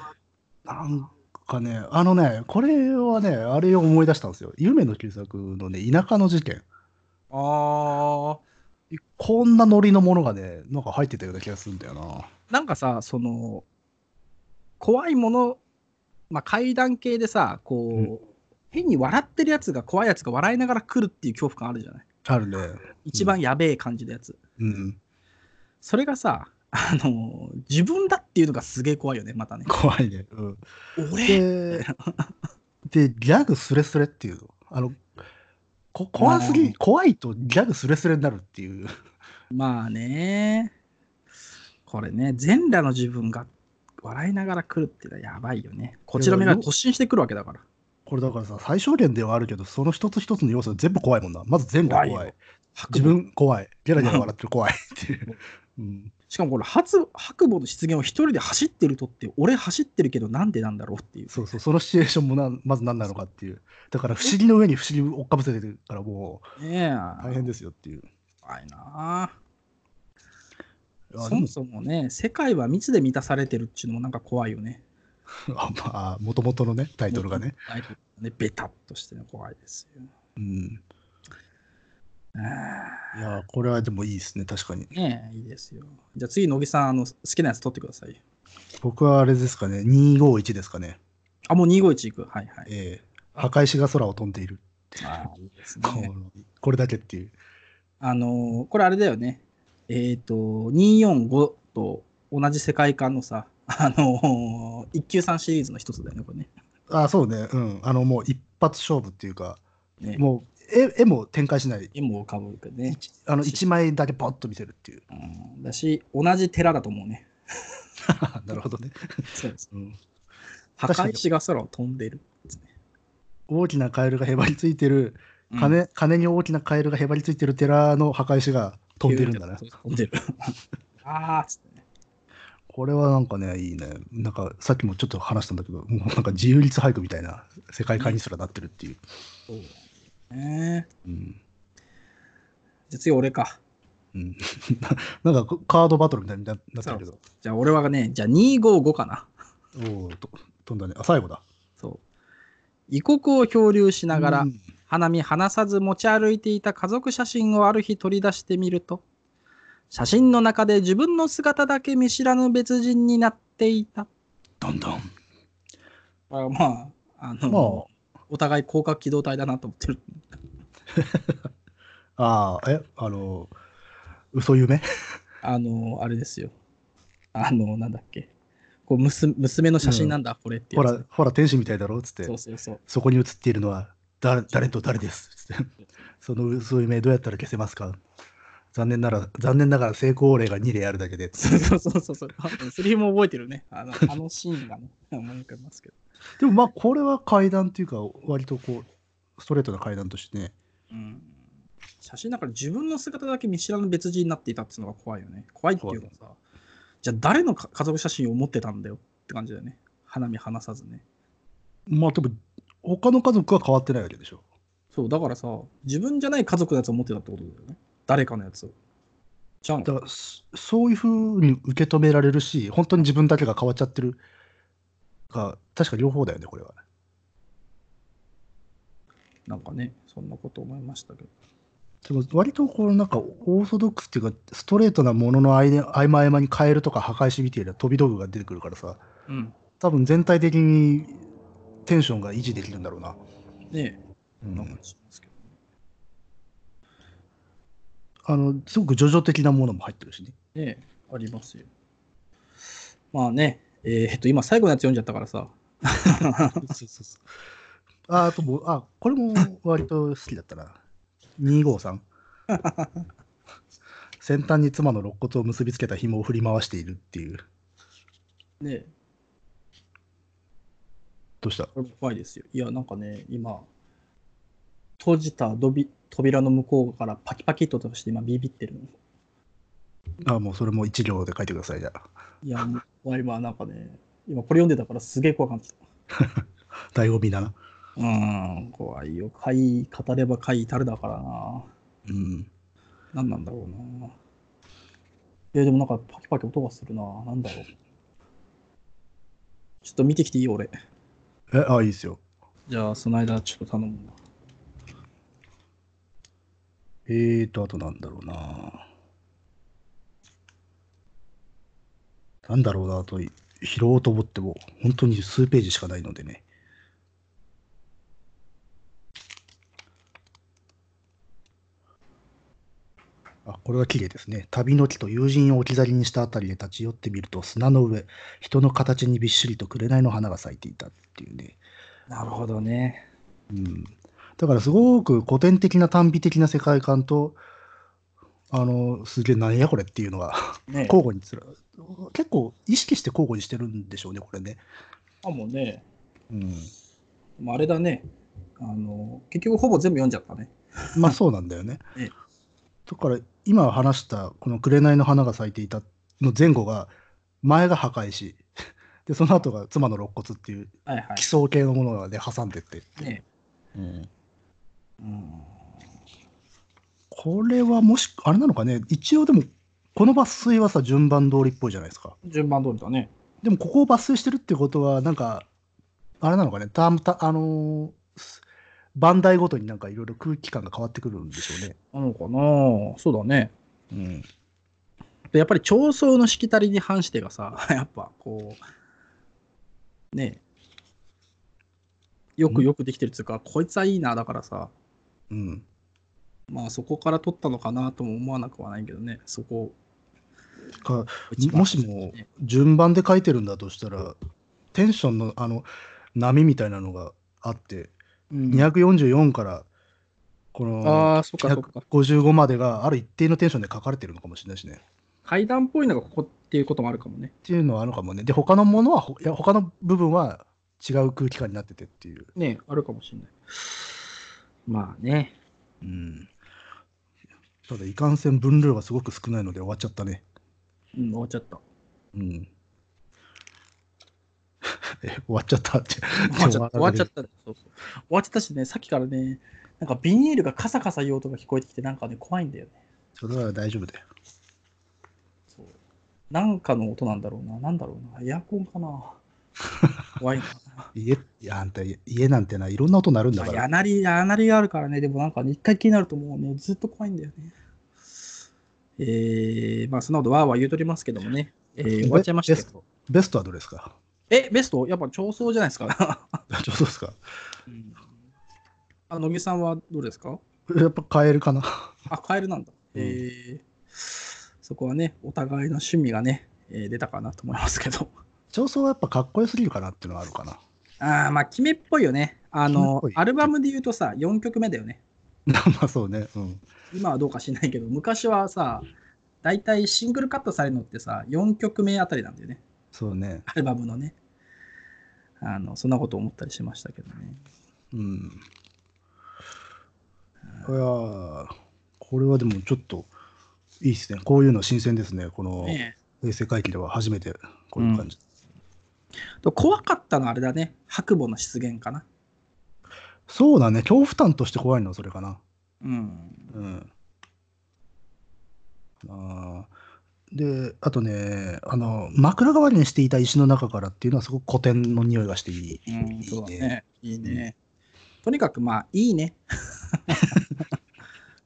Speaker 2: なんかね、あのね、これはね、あれを思い出したんですよ。夢の旧作のね、田舎の事件。
Speaker 1: あ
Speaker 2: こんなノリのものがね、なんか入ってたような気がするんだよな。
Speaker 1: なんかさその怖いもの、まあ、階段系でさこう、
Speaker 2: うん
Speaker 1: 変に笑ってるやつが怖いやつが笑いながら来るっていう恐怖感あるじゃない
Speaker 2: あるね。
Speaker 1: 一番やべえ感じのやつ、
Speaker 2: うん。
Speaker 1: それがさあの自分だっていうのがすげえ怖いよねまたね
Speaker 2: 怖いね。うん。
Speaker 1: 俺
Speaker 2: で、 でギャグスレスレっていう。あの、こ怖す
Speaker 1: うん
Speaker 2: ぎ、怖いとギャグスレスレになるっていう。
Speaker 1: まあねこれね全裸の自分が笑いながら来るっていうのはやばいよねこちら目が突進してくるわけだから
Speaker 2: これだからさ、最小限ではあるけど、その一つ一つの要素全部怖いもんな。まず全部怖い。
Speaker 1: 怖いよ
Speaker 2: 自分怖い。ゲラ ゲラ笑ってる怖いっていう。うん、
Speaker 1: しかもこれ初白母の出現を一人で走ってるとって俺走ってるけどなんでなんだろうっていう
Speaker 2: そうそう、そのシチュエーションもなまず何なのかっていう。だから不思議の上に不思議を追っかぶせてるから、も
Speaker 1: ねえ
Speaker 2: う大変ですよっていう。
Speaker 1: 怖いな
Speaker 2: いや
Speaker 1: そもそもね世界は密で満たされてるっていうのもなんか怖いよね
Speaker 2: あまあ、もともとのね、タイトルがね。
Speaker 1: タイトルがねベタっとしてね怖いですよ
Speaker 2: うん。
Speaker 1: あ
Speaker 2: いや、これはでもいいですね、確かに。
Speaker 1: ーねえいいですよじゃあ次乃木さんあの好きなやつ取ってください
Speaker 2: 僕はあれですかね、251ですかね。
Speaker 1: あもう251いくはいはい
Speaker 2: ええ墓石が空を飛んでいる。
Speaker 1: あーいいです
Speaker 2: こ
Speaker 1: ね
Speaker 2: うこれだけっていう。
Speaker 1: あのーこれあれだよねえっ、と245と同じ世界観のさあのー一級さんシリーズの一つだよねこれね
Speaker 2: あ、そうね、うん。あの、もう一発勝負っていうか、
Speaker 1: ね
Speaker 2: もう絵絵も展開しない。
Speaker 1: 絵も浮かぶけどね、
Speaker 2: 一あの1枚だけポッと見せるっていう。
Speaker 1: うん、だし同じ寺だと思うね
Speaker 2: なるほどね。
Speaker 1: そうです
Speaker 2: うん
Speaker 1: 墓
Speaker 2: 確かに
Speaker 1: 石が空を飛んでる、
Speaker 2: 大きなカエルがへばりついてる、金金に大きなカエルがへばりついてる寺の墓石が飛んでるんだな
Speaker 1: そう。飛んでる あーっつってね
Speaker 2: これはなんかね、いいね。なんかさっきもちょっと話したんだけど、もうなんか自由律俳句みたいな世界観にすらなってるっていう。
Speaker 1: そうだね
Speaker 2: うん
Speaker 1: じゃあ次俺か
Speaker 2: うん ななんかカードバトルみたいにななってるけど、
Speaker 1: じゃあ俺はね、じゃあ255かな。
Speaker 2: おおー、と飛んだね。あ、最後だ。
Speaker 1: そう。異国を漂流しながら、
Speaker 2: うん
Speaker 1: 花見離さず持ち歩いていた家族写真をある日取り出してみると、写真の中で自分の姿だけ見知らぬ別人になっていた。
Speaker 2: どんどん。
Speaker 1: あまあ、あの、
Speaker 2: ま
Speaker 1: お互い広角機動隊だなと思ってる。
Speaker 2: あ、ああ、え、あの、嘘夢
Speaker 1: あの、あれですよ。あの、なんだっけ。こう娘娘の写真なんだ、これって
Speaker 2: ほ
Speaker 1: やつ
Speaker 2: ら、ほら、天使みたいだろっつって。
Speaker 1: そうそうそう。
Speaker 2: そこに写っているのは誰誰と誰です。 つってその嘘夢どうやったら消せますか残念なら残念ながら成功例が2例あるだけで。
Speaker 1: そうそうそうそうそう。あセリフも覚えてるね。あのあのシーンがね、思い浮かびますけど。
Speaker 2: でもまあこれは階段っていうか割とこうストレートな階段としてね。
Speaker 1: うん、写真だから自分の姿だけ見知らぬ別人になっていたっていうのが怖いよね。怖いっていうかさ、じゃあ誰のか家族写真を持ってたんだよって感じだよね。花見離さずね。
Speaker 2: まあでも他の家族は変わってないわけでしょ。
Speaker 1: そう、だからさ、自分じゃない家族のやつを持ってたってことだよね。誰かのやつを。じゃあ
Speaker 2: だからそそういうふうに受け止められるし本当に自分だけが変わっちゃってるか確か両方だよねこれは。
Speaker 1: なんかね、そんなこと思いましたけど。
Speaker 2: でも割とこうなんかオーソドックスっていうかストレートなものの合いで合間合間にカエルとか破壊しみていな飛び道具が出てくるからさ
Speaker 1: うん。
Speaker 2: 多分全体的にテンションが維持できるんだろうな、
Speaker 1: ね
Speaker 2: う
Speaker 1: え、
Speaker 2: ん
Speaker 1: なんかしますけど。
Speaker 2: あのすごく叙々的なものも入ってるしね
Speaker 1: ねえ、ありますよ。 まあね、えーっと、今最後のやつ読んじゃったからさ、
Speaker 2: そうそうそうああともう、あ、これも割と好きだったな。253。先端に妻の肋骨を結びつけた紐を振り回しているっていう。
Speaker 1: ね
Speaker 2: どうした
Speaker 1: これも怖いですよ。いや、なんかね、今、閉じたドビ扉の向こうからパキパキっと音がして今ビビってるの。
Speaker 2: ああ、もうそれも1行で書いてください、じゃあ。
Speaker 1: いや、もう怖い今なんかね、今これ読んでたからすげえ怖かった。
Speaker 2: 醍醐味だな。
Speaker 1: うーん、怖いよ。回、語れば回たるだからな。
Speaker 2: うん。
Speaker 1: 何なんだろうな。えでもなんかパキパキ音がするな。なんだろう。ちょっと見てきていい俺。
Speaker 2: え、ああ、いいですよ。
Speaker 1: じゃあ、その間ちょっと頼むな。
Speaker 2: えーと、あとなんだろうな。なんだろうなとい拾おうと思っても、本当に数ページしかないのでね。あ、これは綺麗ですね。旅の木と友人を置き去りにしたあたりで立ち寄ってみると、砂の上、人の形にびっしりと紅の花が咲いていたっていうね。
Speaker 1: なるほどね。
Speaker 2: うんだからすごく古典的な短美的な世界観と、あの、すげえ何やこれっていうのが
Speaker 1: ね
Speaker 2: 交互につら、結構意識して交互にしてるんでしょうね、これね。
Speaker 1: あ、もうね、
Speaker 2: うん、
Speaker 1: まあ、あれだね。あの、結局ほぼ全部読んじゃったね。
Speaker 2: まあそうなんだよね
Speaker 1: ええ。
Speaker 2: だから今話したこの「紅の花が咲いていた」の前後が前が破壊し、 でその後が妻の肋骨っていう
Speaker 1: はいは
Speaker 2: 奇想系のものがね挟んでって、
Speaker 1: い。ね
Speaker 2: うん
Speaker 1: うん。
Speaker 2: これはもしあれなのかね一応でもこの抜粋はさ順番通りっぽいじゃないですか。
Speaker 1: 順番通りだね。
Speaker 2: でもここを抜粋してるってことは、なんか、あれなのかね、たたあのーす番台ごとになんかいろいろ空気感が変わってくるんでしょうね。
Speaker 1: なのかなそうだね。
Speaker 2: うん、
Speaker 1: でやっぱり長宗のしきたりに反してがさ、 やっぱこう、ねえ、よくよくできてるっていうか、こいつはいいな、だからさ、
Speaker 2: うん。
Speaker 1: まあそこから取ったのかなとも思わなくはないけどね、そこを
Speaker 2: か
Speaker 1: 一番
Speaker 2: もしも
Speaker 1: ね
Speaker 2: 順番で書いてるんだとしたら、テンションのあの波みたいなのがあって、
Speaker 1: うん、
Speaker 2: 244からこの
Speaker 1: ああ、そっかそっか。
Speaker 2: 155までがある一定のテンションで書かれてるのかもしれないしね。
Speaker 1: 階段っぽいのがここっていうこともあるかもね。
Speaker 2: っていうのはあるのかもね。で、他のものはほ、いや他の部分は違う空気感になっててっていう。
Speaker 1: ねえあるかもしれない。まあね。
Speaker 2: うんただいかんせん分量がすごく少ないので終わっちゃったね。
Speaker 1: うん、終わっちゃった。
Speaker 2: うん え終わっち ゃったって。
Speaker 1: 終わっちゃった。終わっちゃっ
Speaker 2: った
Speaker 1: そうそう終わっちゃったしね、さっきからね、なんかビニールがカサカサいう音が聞こえてきて、なんかね、怖いんだよね。
Speaker 2: た。それは大丈夫だよ。
Speaker 1: そうなんかの音なんだろうな。なんだろうな。エアコンか な。怖いな。
Speaker 2: 家、いやあんた家家なんてないろんな音鳴るんだ
Speaker 1: まあ、
Speaker 2: か
Speaker 1: や
Speaker 2: ら。
Speaker 1: なり、やなりがあるからね。でもなんかね、一回気になるともうね、ずっと怖いんだよね。えー、まあそんなことわーわー言うとりますけどもね。えー、終わっちゃいましたけど。
Speaker 2: ベストはどれですか
Speaker 1: え、ベストやっぱ長宗じゃないですか。
Speaker 2: ちょうどですか
Speaker 1: うんあ、野木さんはどうですか
Speaker 2: やっぱカエルかな。
Speaker 1: あ、カエルなんだ。
Speaker 2: うん
Speaker 1: えー、そこはね、お互いの趣味がね、えー出たかなと思いますけど。
Speaker 2: 調装はやっぱかっこよすぎるかなっていうのはあるかな。
Speaker 1: ああ、まあ、決めっぽいよね。あ
Speaker 2: 決めっ
Speaker 1: の
Speaker 2: ぽい、
Speaker 1: アルバムで言うとさ、4曲目だよね。
Speaker 2: まあそうね。うん。
Speaker 1: 今はどうかしないけど、昔はさ、大体シングルカットされるのってさ、4曲目あたりなんだよね。
Speaker 2: そうね。
Speaker 1: アルバムのね。あの、そんなこと思ったりしましたけどね。
Speaker 2: うん。いやーこれはでもちょっといいですね。こういうの新鮮ですね。この
Speaker 1: ね
Speaker 2: 平成回帰では初めてこういう感じ。
Speaker 1: えと怖かったのはあれだね。白母の出現かな。
Speaker 2: そうだね。恐怖感として怖いのはそれかな。
Speaker 1: うん。
Speaker 2: うん。あーで、あとね、あの、枕代わりにしていた石の中からっていうのはすごく古典の匂いがしていい。
Speaker 1: うん、
Speaker 2: いい
Speaker 1: そうだ
Speaker 2: ね。
Speaker 1: ね。いいね。とにかくまあ、いいね。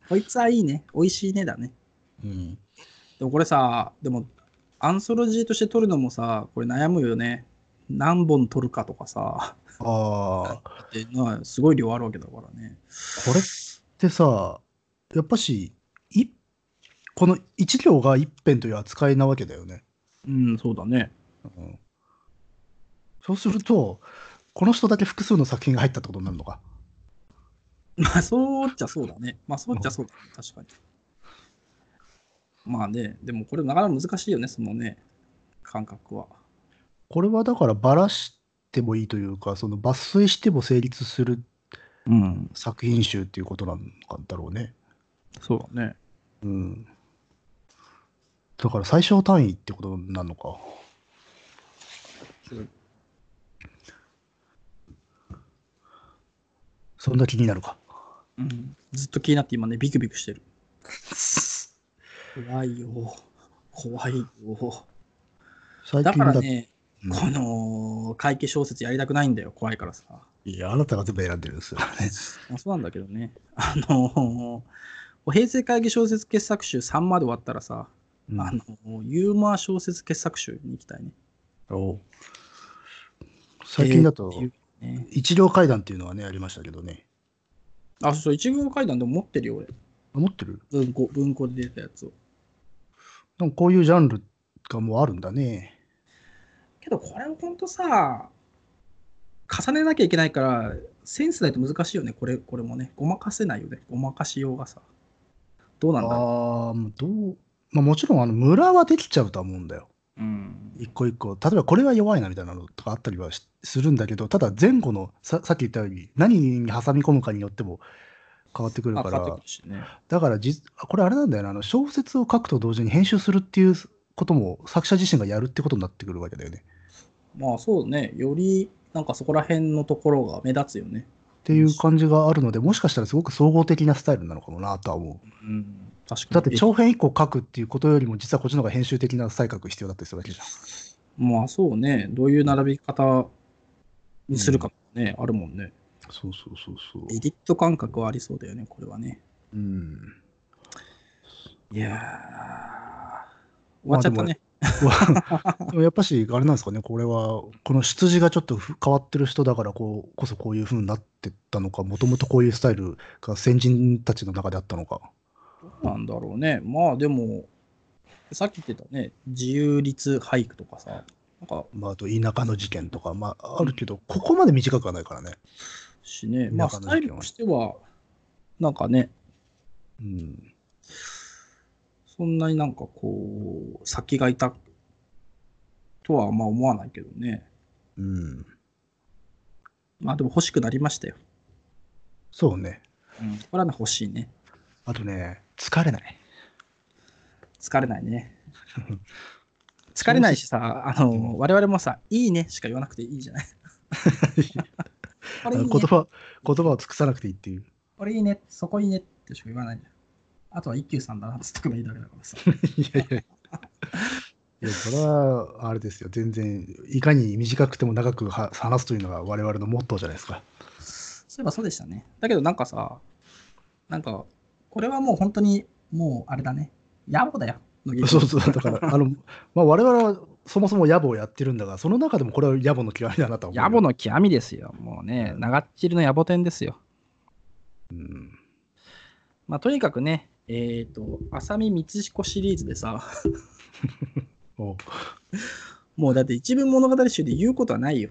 Speaker 1: こいつはいいね。美味しいねだね。
Speaker 2: うん。
Speaker 1: でもこれさ、でもアンソロジーとして撮るのもさ、これ悩むよね。何本撮るかとかさ、
Speaker 2: ああ、
Speaker 1: だってなすごい量あるわけだからね。
Speaker 2: これってさ、やっぱし、いこの一行が一編という扱いなわけだよね。
Speaker 1: うん、そうだね。
Speaker 2: そうすると、この人だけ複数の作品が入ったってことになるのか。
Speaker 1: まあ、そうっちゃそうだね。まあ、そうっちゃそうだ、ね、確かに。まあね、でもこれなかなか難しいよね、そのね、感覚は。
Speaker 2: これはだからばらしてもいいというか、その抜粋しても成立する
Speaker 1: うん、
Speaker 2: 作品集っていうことなんだろうね。
Speaker 1: そうだね。
Speaker 2: うん。だから最小単位ってことになるのか。そんな気になるか。
Speaker 1: うん、ずっと気になって今ね、ビクビクしてる。怖いよ。怖いよ。
Speaker 2: 最
Speaker 1: だ
Speaker 2: 近
Speaker 1: から
Speaker 2: だ
Speaker 1: ね、
Speaker 2: うん
Speaker 1: この会計小説やりたくないんだよ、怖いからさ。
Speaker 2: いや、あなたが全部選んでるんですよね。
Speaker 1: まあ、そうなんだけどね。あのー平成会議小説傑作集3まで終わったらさ、
Speaker 2: うん
Speaker 1: あのーユーモア小説傑作集に行きたいね。
Speaker 2: おう最近だ
Speaker 1: え
Speaker 2: と
Speaker 1: ーって、いうね、
Speaker 2: 一両階段っていうのはね、ありましたけどね。
Speaker 1: あ、そうそう、一行階段でも持ってるよ、俺。
Speaker 2: 持ってる
Speaker 1: 文庫、文庫で出たやつを。
Speaker 2: なんかこういうジャンルがもうあるんだね。
Speaker 1: けど、これをほんとさ、重ねなきゃいけないから、センスないと難しいよね、これこれもね。ごまかせないよね、ごまかしようがさ。どうなんだろ
Speaker 2: ああ、もうどう、まあ、もちろんあの村はできちゃうとは思うんだよ。
Speaker 1: う。うん。
Speaker 2: 一個一個。例えばこれは弱いなみたいなのとかあったりはしするんだけど、ただ前後のささっき言ったように何に挟み込むかによっても変わってくる
Speaker 1: まあ
Speaker 2: か
Speaker 1: 買って
Speaker 2: ら
Speaker 1: くる、しね。
Speaker 2: だからじこれあれなんだよな、あの小説を書くと同時に編集するっていうことも作者自身がやるってことになってくるわけだよね。
Speaker 1: まあそうね、よりなんかそこら辺のところが目立つよね。
Speaker 2: っていう感じがあるので、もしかしたらすごく総合的なスタイルなのかもなとは思う。
Speaker 1: うん、確かに。
Speaker 2: だって長編1個書くっていうことよりも、実はこっちの方が編集的な才覚必要だったりするわけじゃん。
Speaker 1: まあそうね、どういう並び方にするかもね、あるもんね。
Speaker 2: そうそうそうそう。
Speaker 1: エディット感覚はありそうだよね、これはね。
Speaker 2: うん。
Speaker 1: いやー、終わっちゃったね。
Speaker 2: でもやっぱし、あれなんですかね、これは、この出自がちょっとふ変わってる人だからこう、こそこういう風になってったのか、もともとこういうスタイルが先人たちの中であったのか。
Speaker 1: どうなんだろうね。まあでも、さっき言ってたね、自由律俳句とかさ、なんか
Speaker 2: まあ、あと田舎の事件とか、まあ、あるけど、ここまで短くはないからね。
Speaker 1: しね、まあ
Speaker 2: 田舎
Speaker 1: ス
Speaker 2: の
Speaker 1: タイルとしては、なんかね、
Speaker 2: うん。
Speaker 1: そんなになんかこう、先がいたとはあんま思わないけどね。
Speaker 2: うん。
Speaker 1: まあでも欲しくなりましたよ。
Speaker 2: そうね。
Speaker 1: うん、これはね欲しいね。
Speaker 2: あとね、疲れない。
Speaker 1: 疲れない ね。疲れないしさ、あの、我々もさ、いいねしか言わなくていい じゃない。これいいね
Speaker 2: 言、葉、言葉を尽くさなくていいっていう。
Speaker 1: これいいね、そこいいねってしか言わないじゃん。あとは一休さんだなって言っとけばいいだけだから さ。
Speaker 2: いやいやいや。いや、それは、あれですよ。全然、いかに短くても長くは話すというのが我々のモットーじゃないですか。
Speaker 1: そういえばそうでしたね。だけどなんかさ、なんか、これはもう本当に、もうあれだね。野暮だよ。
Speaker 2: そうそう、だから、あの、まあ、我々はそもそも野暮をやってるんだが、その中でもこれは野暮の極みだなとは思う。
Speaker 1: 野暮。の極みですよ。もうね、長っちりの野暮天ですよ。
Speaker 2: うん。
Speaker 1: まあ、とにかくね、えっ、と、浅見光彦シリーズでさ、
Speaker 2: お
Speaker 1: もうだって一文物語集で言うことはないよ。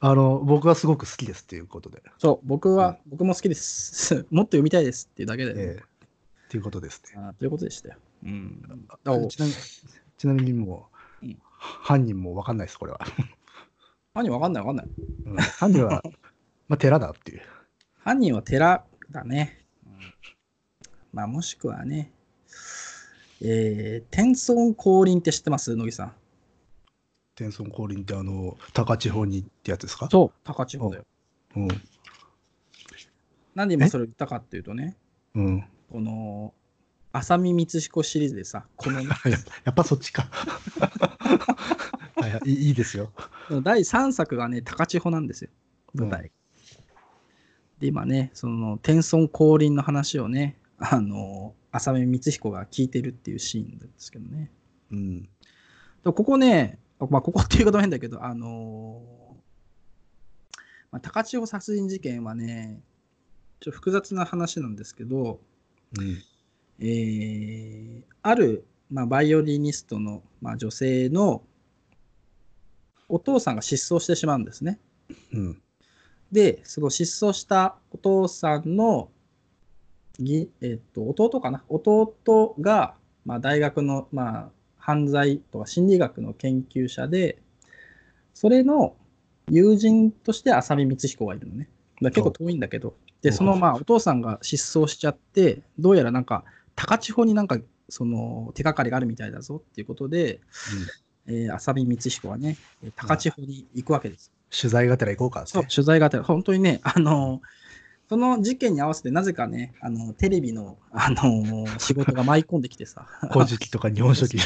Speaker 2: あの、僕はすごく好きですっていうことで。
Speaker 1: そう、僕は、僕も好きです。 もっと読みたいですっていうだけだよね、
Speaker 2: ええっていうことですね。
Speaker 1: あーということでしたよ。うん。だから
Speaker 2: ちなみちなみにもう、
Speaker 1: うん
Speaker 2: 犯人も分かんないです、これは。
Speaker 1: 犯人わかんないわかんない。
Speaker 2: うん犯人は、まあ、寺だっていう。
Speaker 1: 犯人は寺だね。まあ、もしくはね、えー、天孫降臨って知ってます野木さん。
Speaker 2: 天孫降臨って、あの、高千穂にってやつですか
Speaker 1: そう、高千穂だよ。
Speaker 2: う。うん。
Speaker 1: なんで今それを言ったかっていうとね、
Speaker 2: うん、
Speaker 1: この、浅見光彦シリーズでさ、こ のね、
Speaker 2: やっぱやっぱそっちか。 はいはいいいいいですよ。
Speaker 1: 第3作がね、高千穂なんですよ、舞台。
Speaker 2: う
Speaker 1: で、今ね、その、天孫降臨の話をね、あの、浅見光彦が聞いてるっていうシーンなんですけどね。
Speaker 2: うん。
Speaker 1: でもここね、まあ、ここっていうことは変だけど、あのーまあ、高千穂殺人事件はね、ちょっと複雑な話なんですけど、
Speaker 2: うん。
Speaker 1: えーある、まあ、バイオリニストの、まあ、女性のお父さんが失踪してしまうんですね。
Speaker 2: うん。
Speaker 1: で、その失踪したお父さんのぎ、えっと、弟かな弟が、まあ、大学の、まあ、犯罪とか心理学の研究者で、それの友人として浅見光彦がいるのね。だから結構遠いんだけど。で、その、まあ、お父さんが失踪しちゃって、どうやらなんか、高千穂になんか、その、手がかりがあるみたいだぞっていうことで、えー浅見光彦はね、高千穂に行くわけです。
Speaker 2: 取材がてら行こうかっ
Speaker 1: そう
Speaker 2: て。
Speaker 1: 取材があって、本当にね、あのその事件に合わせて、なぜかね、あのテレビの、あの仕事が舞い込んできてさ、
Speaker 2: 古事記とか日本書 紀の。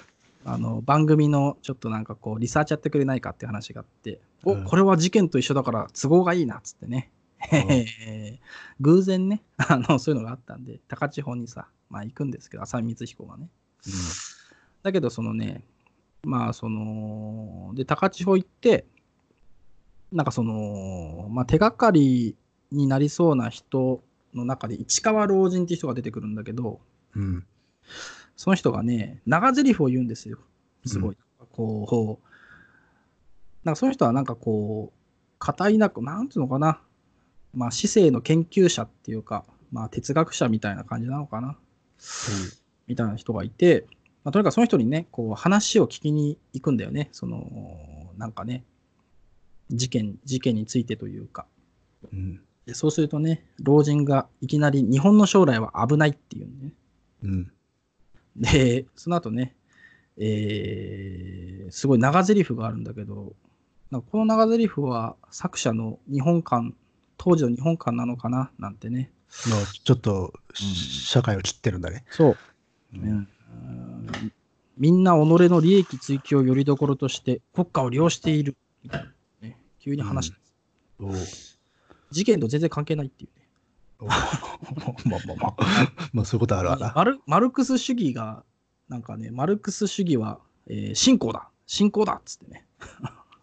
Speaker 1: あの番組のちょっとなんかこう、リサーチやってくれないかっていう話があって、お
Speaker 2: うん
Speaker 1: これは事件と一緒だから都合がいいなっつってね、 偶然ねあの、そういうのがあったんで、高千穂にさ、まあ、行くんですけど、浅見光彦がね。だけどそのねまあそので高千穂行ってなんかその、まあ、手がかりになりそうな人の中で市川老人っていう人が出てくるんだけど
Speaker 2: うん。うん
Speaker 1: その人がね長台詞を言うんですよすごい、こうなんかその人はなんかこう固いなくなんていうのかなまあ市政の研究者っていうかまあ哲学者みたいな感じなのかなみたいな人がいて、まあ、とにかくその人にね、こう話を聞きに行くんだよね、その、なんかね、事件、事件についてというか。
Speaker 2: うん。
Speaker 1: でそうするとね、老人がいきなり日本の将来は危ないっていうね。
Speaker 2: うん。
Speaker 1: で、その後ね、えー、すごい長台詞があるんだけど、なんかこの長台詞は作者の日本館、当時の日本館なのかななんてね。
Speaker 2: のちょっと、社会を切ってるんだね。
Speaker 1: そう。
Speaker 2: うん
Speaker 1: ねうんみんな己の利益追求をよりどころとして国家を利用している。みたいなね、急に話し、
Speaker 2: おう
Speaker 1: 事件と全然関係ないっていうね。
Speaker 2: おう まあまあまあ。 まあそういうことあるわな。
Speaker 1: マルマルクス主義が、なんかね、マルクス主義は、えー信仰だ信仰だっつってね。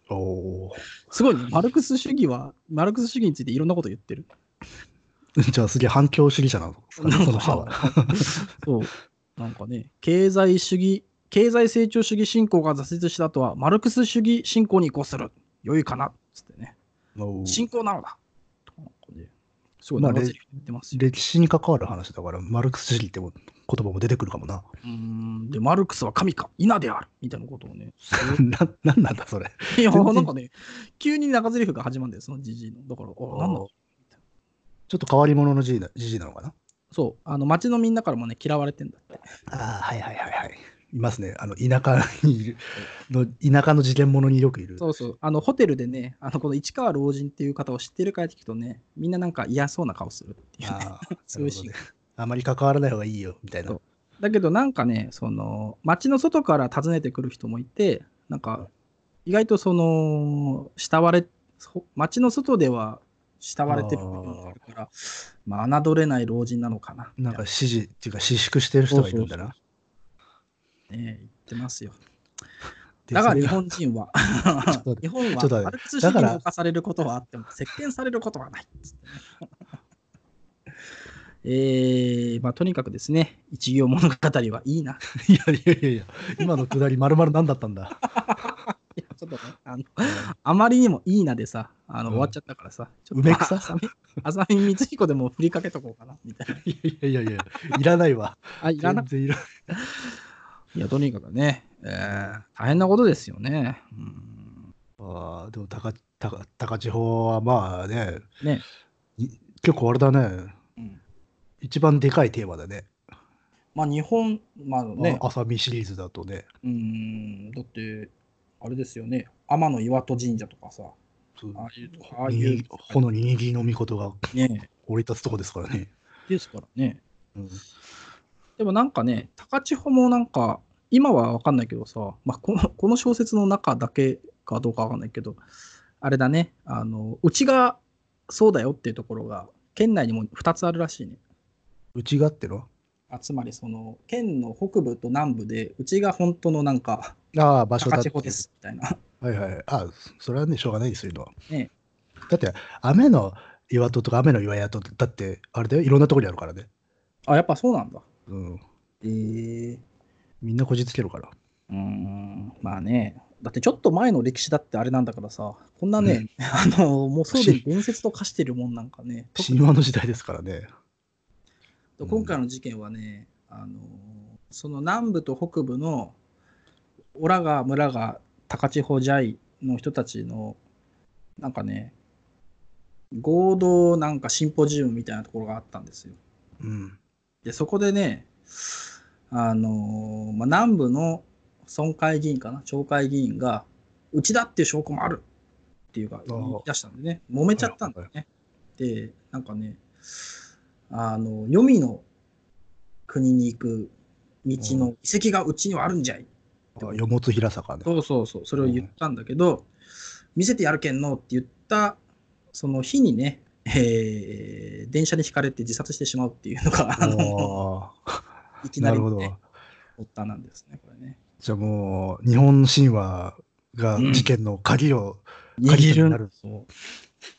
Speaker 2: おお
Speaker 1: す ごいね、マルクス主義は、マルクス主義についていろんなこと言ってる。
Speaker 2: う。じゃあすげえ反共主義者なのそ
Speaker 1: なんか
Speaker 2: の人は。
Speaker 1: そう。なんかね、経済主義、経済成長主義信仰が挫折した後は、マルクス主義信仰に移行する。良いかなっつってね。
Speaker 2: おう
Speaker 1: 信仰なのだとかなんかねすごい
Speaker 2: まあ
Speaker 1: 長ゼリフ言ってますよ。
Speaker 2: 歴史に関わる話だから、マルクス主義っても言葉も出てくるかもな。
Speaker 1: うーんで、マルクスは神か、稲であるみたいなことをね。すごい
Speaker 2: な、なんなんだそれ。
Speaker 1: いや、
Speaker 2: 全然
Speaker 1: なんかね、 急に長ゼリフが始まるんだよ、そのじじいの。だから、あ、なんだ
Speaker 2: ちょっと変わり者のじじいなじじいなのかな
Speaker 1: そう、あの、町のみんなからもね、嫌われてんだって。
Speaker 2: ああ、はいはいはいはい。いますね。あの、田舎にいる、の田舎の事件者によくいる。
Speaker 1: そうそう、あの、ホテルでね、あの、この市川老人っていう方を知ってるから聞くとね、みんななんか嫌そうな顔するっていうね。
Speaker 2: ああ、
Speaker 1: そういうシーン
Speaker 2: なるほどねあまり関わらない方がいいよ、みたいな
Speaker 1: そ。だけどなんかねその町の外から訪ねてくる人もいてなんか意外とその慕われそ町の外では慕われてる部分があるからまあ侮れない老人なのかな
Speaker 2: なんか支持っていうか、私粛してる人がいるんだな。
Speaker 1: ね言ってますよ
Speaker 2: で
Speaker 1: だから日、
Speaker 2: それ
Speaker 1: 本人 は
Speaker 2: っと待って
Speaker 1: 日本
Speaker 2: ちょっ
Speaker 1: は
Speaker 2: と待って
Speaker 1: マルクス主
Speaker 2: だ
Speaker 1: 義
Speaker 2: から
Speaker 1: に侵されることはあって も石鹸されることはないっ つってねえーまあ、とにかくですね一行物語はいいない
Speaker 2: やいやいやいや、今のくだり、まるまる何だった んだ。
Speaker 1: いやちょっとねあのあまりにもいいなでさ、あの
Speaker 2: うん
Speaker 1: 終わっちゃったからさ、ちょっと
Speaker 2: 梅草
Speaker 1: まあ浅見浅見光彦でも振りかけとこうかな、みたいな。
Speaker 2: いやいやいやいや、いらないわ。
Speaker 1: あ、いらな
Speaker 2: 全
Speaker 1: く
Speaker 2: 然いらない。
Speaker 1: いや、とにかくね、えー大変なことですよね。うん
Speaker 2: ああ、でも高、高、高千穂はまあね、
Speaker 1: ね、
Speaker 2: い結構あれだね。
Speaker 1: うん
Speaker 2: 一番でかいテーマだね。
Speaker 1: まあ、日本、まあね、
Speaker 2: あ浅見シリーズだとね。
Speaker 1: うん、だって、あれですよね、天の岩戸神社とかさ、
Speaker 2: そう
Speaker 1: ああいう、ああいう
Speaker 2: に、炎に握りの御事が
Speaker 1: ね、
Speaker 2: 降り立つとこですからね。
Speaker 1: ですからね。
Speaker 2: うん
Speaker 1: でもなんかね、高千穂もなんか、今は分かんないけどさ、まあ、この この小説の中だけかどうか分かんないけど、あれだね、あのうちがそうだよっていうところが、県内にも2つあるらしいね。
Speaker 2: 内がっての
Speaker 1: あつまり、その県の北部と南部で、うちが本当のなんか、
Speaker 2: ああ、場所だ
Speaker 1: 高
Speaker 2: っ
Speaker 1: 千穂で。
Speaker 2: て
Speaker 1: すみたいな。
Speaker 2: はいはい。ああ、それはね、しょうがないですよ、今は。
Speaker 1: ね
Speaker 2: だって、雨の岩戸とか雨の岩屋と、だって、あれだよ、いろんなところにあるからね。
Speaker 1: あ、やっぱそうなんだ。
Speaker 2: うん。
Speaker 1: えー、
Speaker 2: みんなこじつけるから。
Speaker 1: うーん、まあね、だってちょっと前の歴史だってあれなんだからさ、こんなね、 あのもうす でに伝説と化してるもんなんかね、特に
Speaker 2: 神話の時代ですからね。うん
Speaker 1: 今回の事件はね、あのその南部と北部のオラが村が高千穂ジャイの人たちのなんかね合同なんかシンポジウムみたいなところがあったんですよ。
Speaker 2: うん。
Speaker 1: でそこでねあの、まあ、南部の村会議員かな町会議員がうちだっていう証拠もあるっていうか
Speaker 2: ああ
Speaker 1: 言い出したんでね揉めちゃったんだよね。でなんかねあの黄泉の国に行く道の遺跡がうちにはあるんじゃい
Speaker 2: あよもつ平坂ね。
Speaker 1: そうそうそう、それを言ったんだけど、見せてやるけんのって言ったその日にね、えー電車にひかれて自殺してしまうっていうのが、あの
Speaker 2: あ
Speaker 1: いき
Speaker 2: あ、
Speaker 1: な
Speaker 2: な
Speaker 1: り
Speaker 2: る
Speaker 1: の
Speaker 2: ほど。
Speaker 1: ね、発端なんですね、これね。
Speaker 2: じゃあもう、日本神話が事件の鍵を、
Speaker 1: 握
Speaker 2: 鍵
Speaker 1: る
Speaker 2: に
Speaker 1: ん
Speaker 2: なる
Speaker 1: そう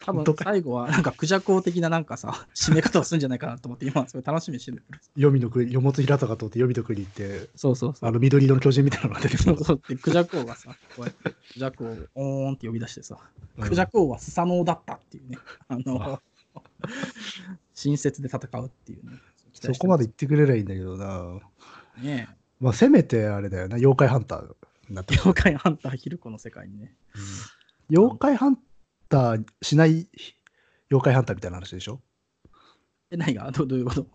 Speaker 1: 多分
Speaker 2: 本当か
Speaker 1: 最後はなんかクジャコ的ななんかさ、締め方をするんじゃないかなと思って、今すごい楽しみにしてる。
Speaker 2: 黄泉の国、よもつ平坂通って黄泉の国行って、
Speaker 1: そうそうそ
Speaker 2: あ
Speaker 1: う。
Speaker 2: の緑色の巨人みたいなのが出てく
Speaker 1: そ
Speaker 2: る
Speaker 1: う。そうってクジャコがさ、こうやってクジャコをオーンって呼び出してさ、
Speaker 2: うん
Speaker 1: クジャコはスサノオだったっていうね、あの
Speaker 2: あ、
Speaker 1: 親切で戦うっていうね。期
Speaker 2: そ
Speaker 1: 待して
Speaker 2: こまで言ってくれりゃいいんだけどな。
Speaker 1: ますね。
Speaker 2: まあ、せめてあれだよな、妖怪ハンターになってる
Speaker 1: 妖怪ハンターヒルコの世界にね。
Speaker 2: 妖怪ハンターしない妖怪ハンターみたいな話でしょ
Speaker 1: え、何がどうどういうこと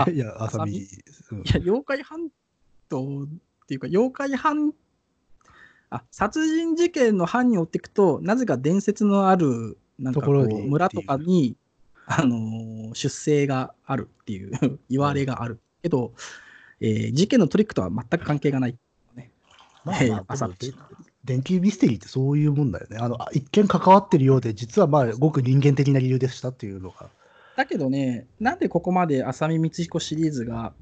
Speaker 1: あ
Speaker 2: いや、浅見。うん
Speaker 1: いや、妖怪ハントっていうか、妖怪ハンあ、殺人事件の犯人を追っていくと、なぜか伝説のある、なんかことう
Speaker 2: ころに
Speaker 1: 村とかに、あのー出生があるっていう 言われがあるけど、えー事件のトリックとは全く関係がない。
Speaker 2: ま
Speaker 1: えー
Speaker 2: あまあ、
Speaker 1: 浅
Speaker 2: でも
Speaker 1: 見
Speaker 2: で電球ミステリーってそういうもんだよね。あのあ一見関わってるようで、実はまあ、ごく人間的な理由でしたっていうのが。
Speaker 1: だけどね、なんでここまで浅見光彦シリーズが、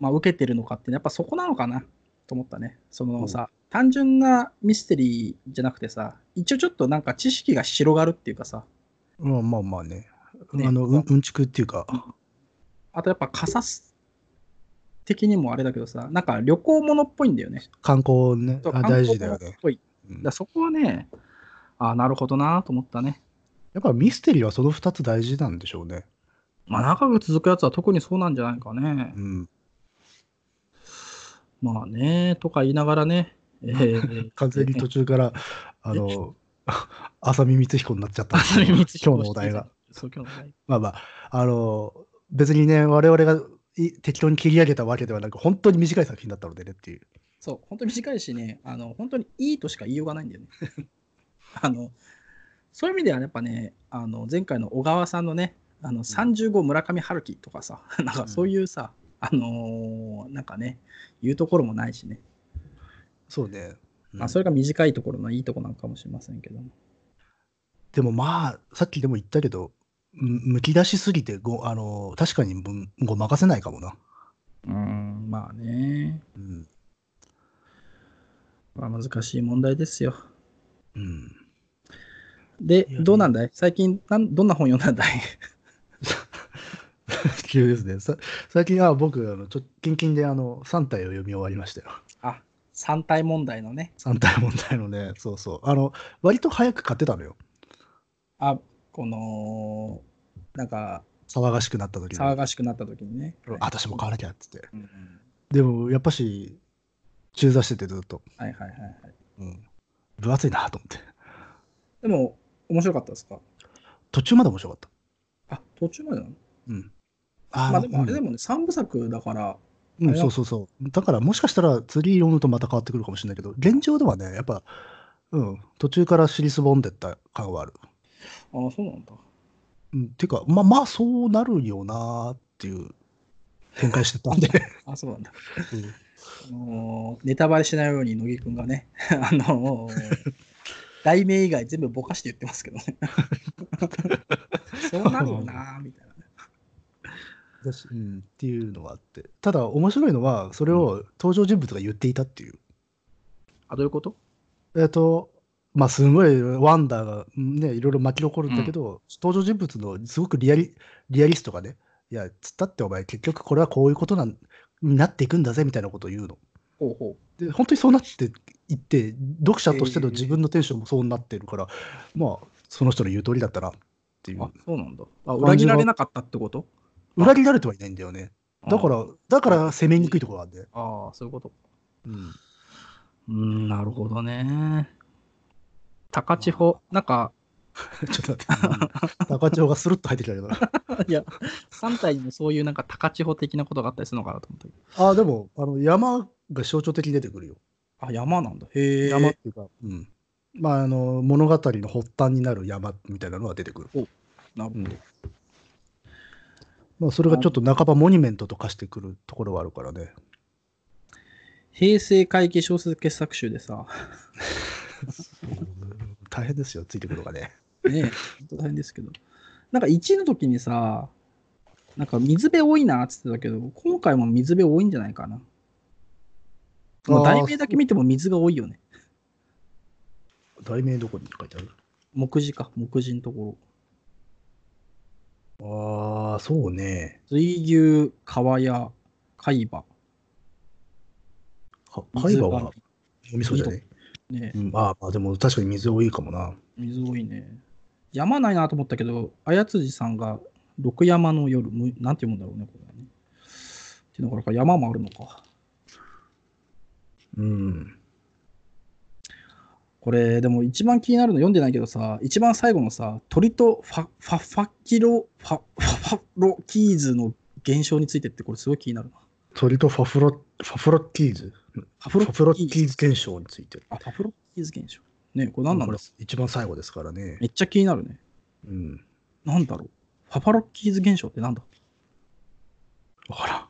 Speaker 1: まあ、受けてるのかって、やっぱそこなのかなと思ったね。そのさ、単純なミステリーじゃなくてさ、一応ちょっとなんか知識が広がるっていうかさ、
Speaker 2: まあまあまあね。
Speaker 1: ね
Speaker 2: あのうんうんちくっていうか、
Speaker 1: あとやっぱ傘す的にもあれだけどさ、なんか旅行ものっぽいんだよね。
Speaker 2: 観光ね、
Speaker 1: そう
Speaker 2: あ
Speaker 1: 観
Speaker 2: 大
Speaker 1: 光
Speaker 2: 事だ
Speaker 1: もの
Speaker 2: よ
Speaker 1: っ
Speaker 2: ね。
Speaker 1: ぽい。
Speaker 2: うん
Speaker 1: だからそこはね、ああ、なるほどなと思ったね。
Speaker 2: やっぱミステリーはその2つ大事なんでしょうね。
Speaker 1: まあ長く続くやつは特にそうなんじゃないかね。
Speaker 2: うん、
Speaker 1: まあね、とか言いながらね。 えー
Speaker 2: 完全に途中から、あの、 浅見光彦になっち ゃった。
Speaker 1: 浅見光彦
Speaker 2: 今日のお題が。
Speaker 1: そう、今日のお題。
Speaker 2: まあまあ、あの、別にね、我々がい適当に切り上げたわけではなく、本当に短い作品だったのでねっていう。
Speaker 1: そう、本当に短いしね、あの本当にいいとしか言いようがないんだよね。 あのそういう意味ではやっぱね、あの前回の小川さんのね、あの35村上春樹とかさ、 なんかそういうさ、あのーなんかね、言うところもないしね、
Speaker 2: そうね。
Speaker 1: まあ、それが短いところのいいとこなのかもしれませんけども。
Speaker 2: でもまあ、さっきでも言ったけど、むむき出しすぎてご、あの、確かにごごまかせないかもな。
Speaker 1: うーん、まあね、
Speaker 2: うん。
Speaker 1: まあ、難しい問題ですよ。
Speaker 2: うん、
Speaker 1: で、
Speaker 2: いや
Speaker 1: どうなんだい最近なん、どんな本読んだんだい
Speaker 2: 急ですね。さ最近は僕、あの直近近であの3体を読み終わりましたよ。
Speaker 1: あ、三体問題のね、
Speaker 2: 3体問題のね、そうそう。あの、割と早く買ってたのよ。
Speaker 1: あ、この、なんか、
Speaker 2: 騒がしくなった時に。
Speaker 1: 騒がしくなった時にね。
Speaker 2: あ私も買わなきゃって言って。
Speaker 1: うんうん
Speaker 2: でも、やっぱし、中座しててずっと。
Speaker 1: はいはいはいはい。
Speaker 2: うん。分厚いなと思って。
Speaker 1: でも、面白かったですか
Speaker 2: 途中まで面白かった。
Speaker 1: あ、途中までなの
Speaker 2: うん。
Speaker 1: まあでもあれで
Speaker 2: も、
Speaker 1: もね、三部作だから、
Speaker 2: うん
Speaker 1: あ
Speaker 2: うん、
Speaker 1: れ
Speaker 2: そうそうそう。だから、もしかしたら、次読むとまた変わってくるかもしれないけど、現状ではね、やっぱ、うん、途中から尻すぼんでった感はある。
Speaker 1: ああ、そうなんだ。
Speaker 2: うん、ていうか、まあまあ、そうなるよなーっていう展開してたんで。
Speaker 1: あそうなんだ。
Speaker 2: うん
Speaker 1: あのーネタバレしないように乃木くんがね、 あのー題名以外全部ぼかして言ってますけど ね。そうなるよなーみたいなね。
Speaker 2: だしうん、っていうのがあってただ面白いのはそれを登場人物が言っていたっていう、
Speaker 1: あ、どういうこと
Speaker 2: えっとまあすごいワンダーがねいろいろ巻き起こるんだけど、登場人物のすごくリアリリアリストがねいやつったってお前結局これはこういうことなんになっていくんだぜみたいなことを言うの
Speaker 1: ほうほ
Speaker 2: で本当にそうなって行って、読者としての自分のテンションもそうなってるから、まあ、その人の言う通りだったなってい
Speaker 1: あ
Speaker 2: う。
Speaker 1: そうなんだあ裏切られなかったってこと
Speaker 2: 裏切られてはいないんだよね。だか
Speaker 1: あ
Speaker 2: ら、だから攻めにくいところなんで。
Speaker 1: あそういうこと
Speaker 2: うん。
Speaker 1: うんなるほどね高千穂なんか
Speaker 2: ちょっと待って。高千穂がスルッと入ってきたけど。
Speaker 1: いや3体にもそういうなんか高千穂的なことがあったりするのかなと思ったけど
Speaker 2: あ、でも、あの、山が象徴的に出てくるよ。
Speaker 1: あ山なんだへえ
Speaker 2: 山っていうか、うん。まあ、あの、物語の発端になる山みたいなのは出てくる。
Speaker 1: なるほど、
Speaker 2: うんまあ、それがちょっと半ばモニュメントと化してくるところはあるからね。
Speaker 1: 平成会計小説傑作集で さ
Speaker 2: 大変ですよ、ついてくるのがね。
Speaker 1: ねえ、本当大変ですけど。なんか1の時にさ、なんか水辺多いなって言ってたけど、今回も水辺多いんじゃないかな。もう題名だけ見ても水が多いよね。
Speaker 2: 題名どこに書いてある
Speaker 1: 目次か、目次のとこ
Speaker 2: ああ、そうね。
Speaker 1: ろ。水牛、川や、海馬。
Speaker 2: か海
Speaker 1: 水
Speaker 2: 馬は飲みそうじゃね。
Speaker 1: ね
Speaker 2: うん、あーまあ、でも確かに水多いかもな。
Speaker 1: 水多いね。山ないなと思ったけど、綾辻さんが六山の夜、むなんて読むんだろうね、これはね。っていうのから山もあるのか。
Speaker 2: うん。
Speaker 1: これでも一番気になるの読んでないけどさ一番最後のさ鳥とファファファキロファファファロキーズの現象についてってこれすごい気になるな
Speaker 2: 鳥とファフロ、ファフロッキーズ。
Speaker 1: ファ
Speaker 2: フ
Speaker 1: フ
Speaker 2: ァ
Speaker 1: ロ
Speaker 2: フロッ
Speaker 1: キー
Speaker 2: キーズ現象について。
Speaker 1: あファフロキーズ現象ねこれ何なんだ
Speaker 2: こ
Speaker 1: ろ
Speaker 2: れ一番最後ですからね
Speaker 1: う。めっちゃ気になるね
Speaker 2: うん。
Speaker 1: なんだろうファファロキーズ現象ってなんだ
Speaker 2: わか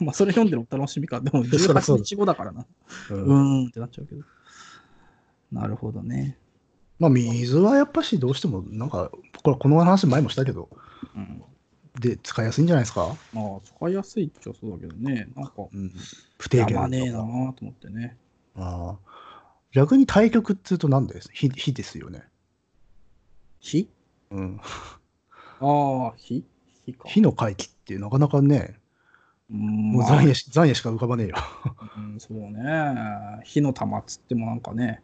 Speaker 1: まあそれ読んでるお楽しみかでも
Speaker 2: そりゃそ
Speaker 1: 18
Speaker 2: うだ
Speaker 1: 日後だからな
Speaker 2: らん。
Speaker 1: う
Speaker 2: うん。
Speaker 1: ーんってなっちゃうけどなるほどね、
Speaker 2: まあ、水はやっぱしどうしても、なんか、これこの話前もしたけど、
Speaker 1: うん、
Speaker 2: で、使いやすいんじゃないですか
Speaker 1: まあ使いやすいっちゃそうだけどねなんか
Speaker 2: うん。不定期
Speaker 1: 山ねえな
Speaker 2: あ
Speaker 1: ーと思ってね
Speaker 2: あー。逆に対局っていうと何です火火ですよね。
Speaker 1: 火
Speaker 2: うん。
Speaker 1: ああ火火か
Speaker 2: 火の回帰ってなかなかね、
Speaker 1: も
Speaker 2: もう残影し残影しか浮かばねえよ。
Speaker 1: うん、そうね。火の玉っつってもなんかね。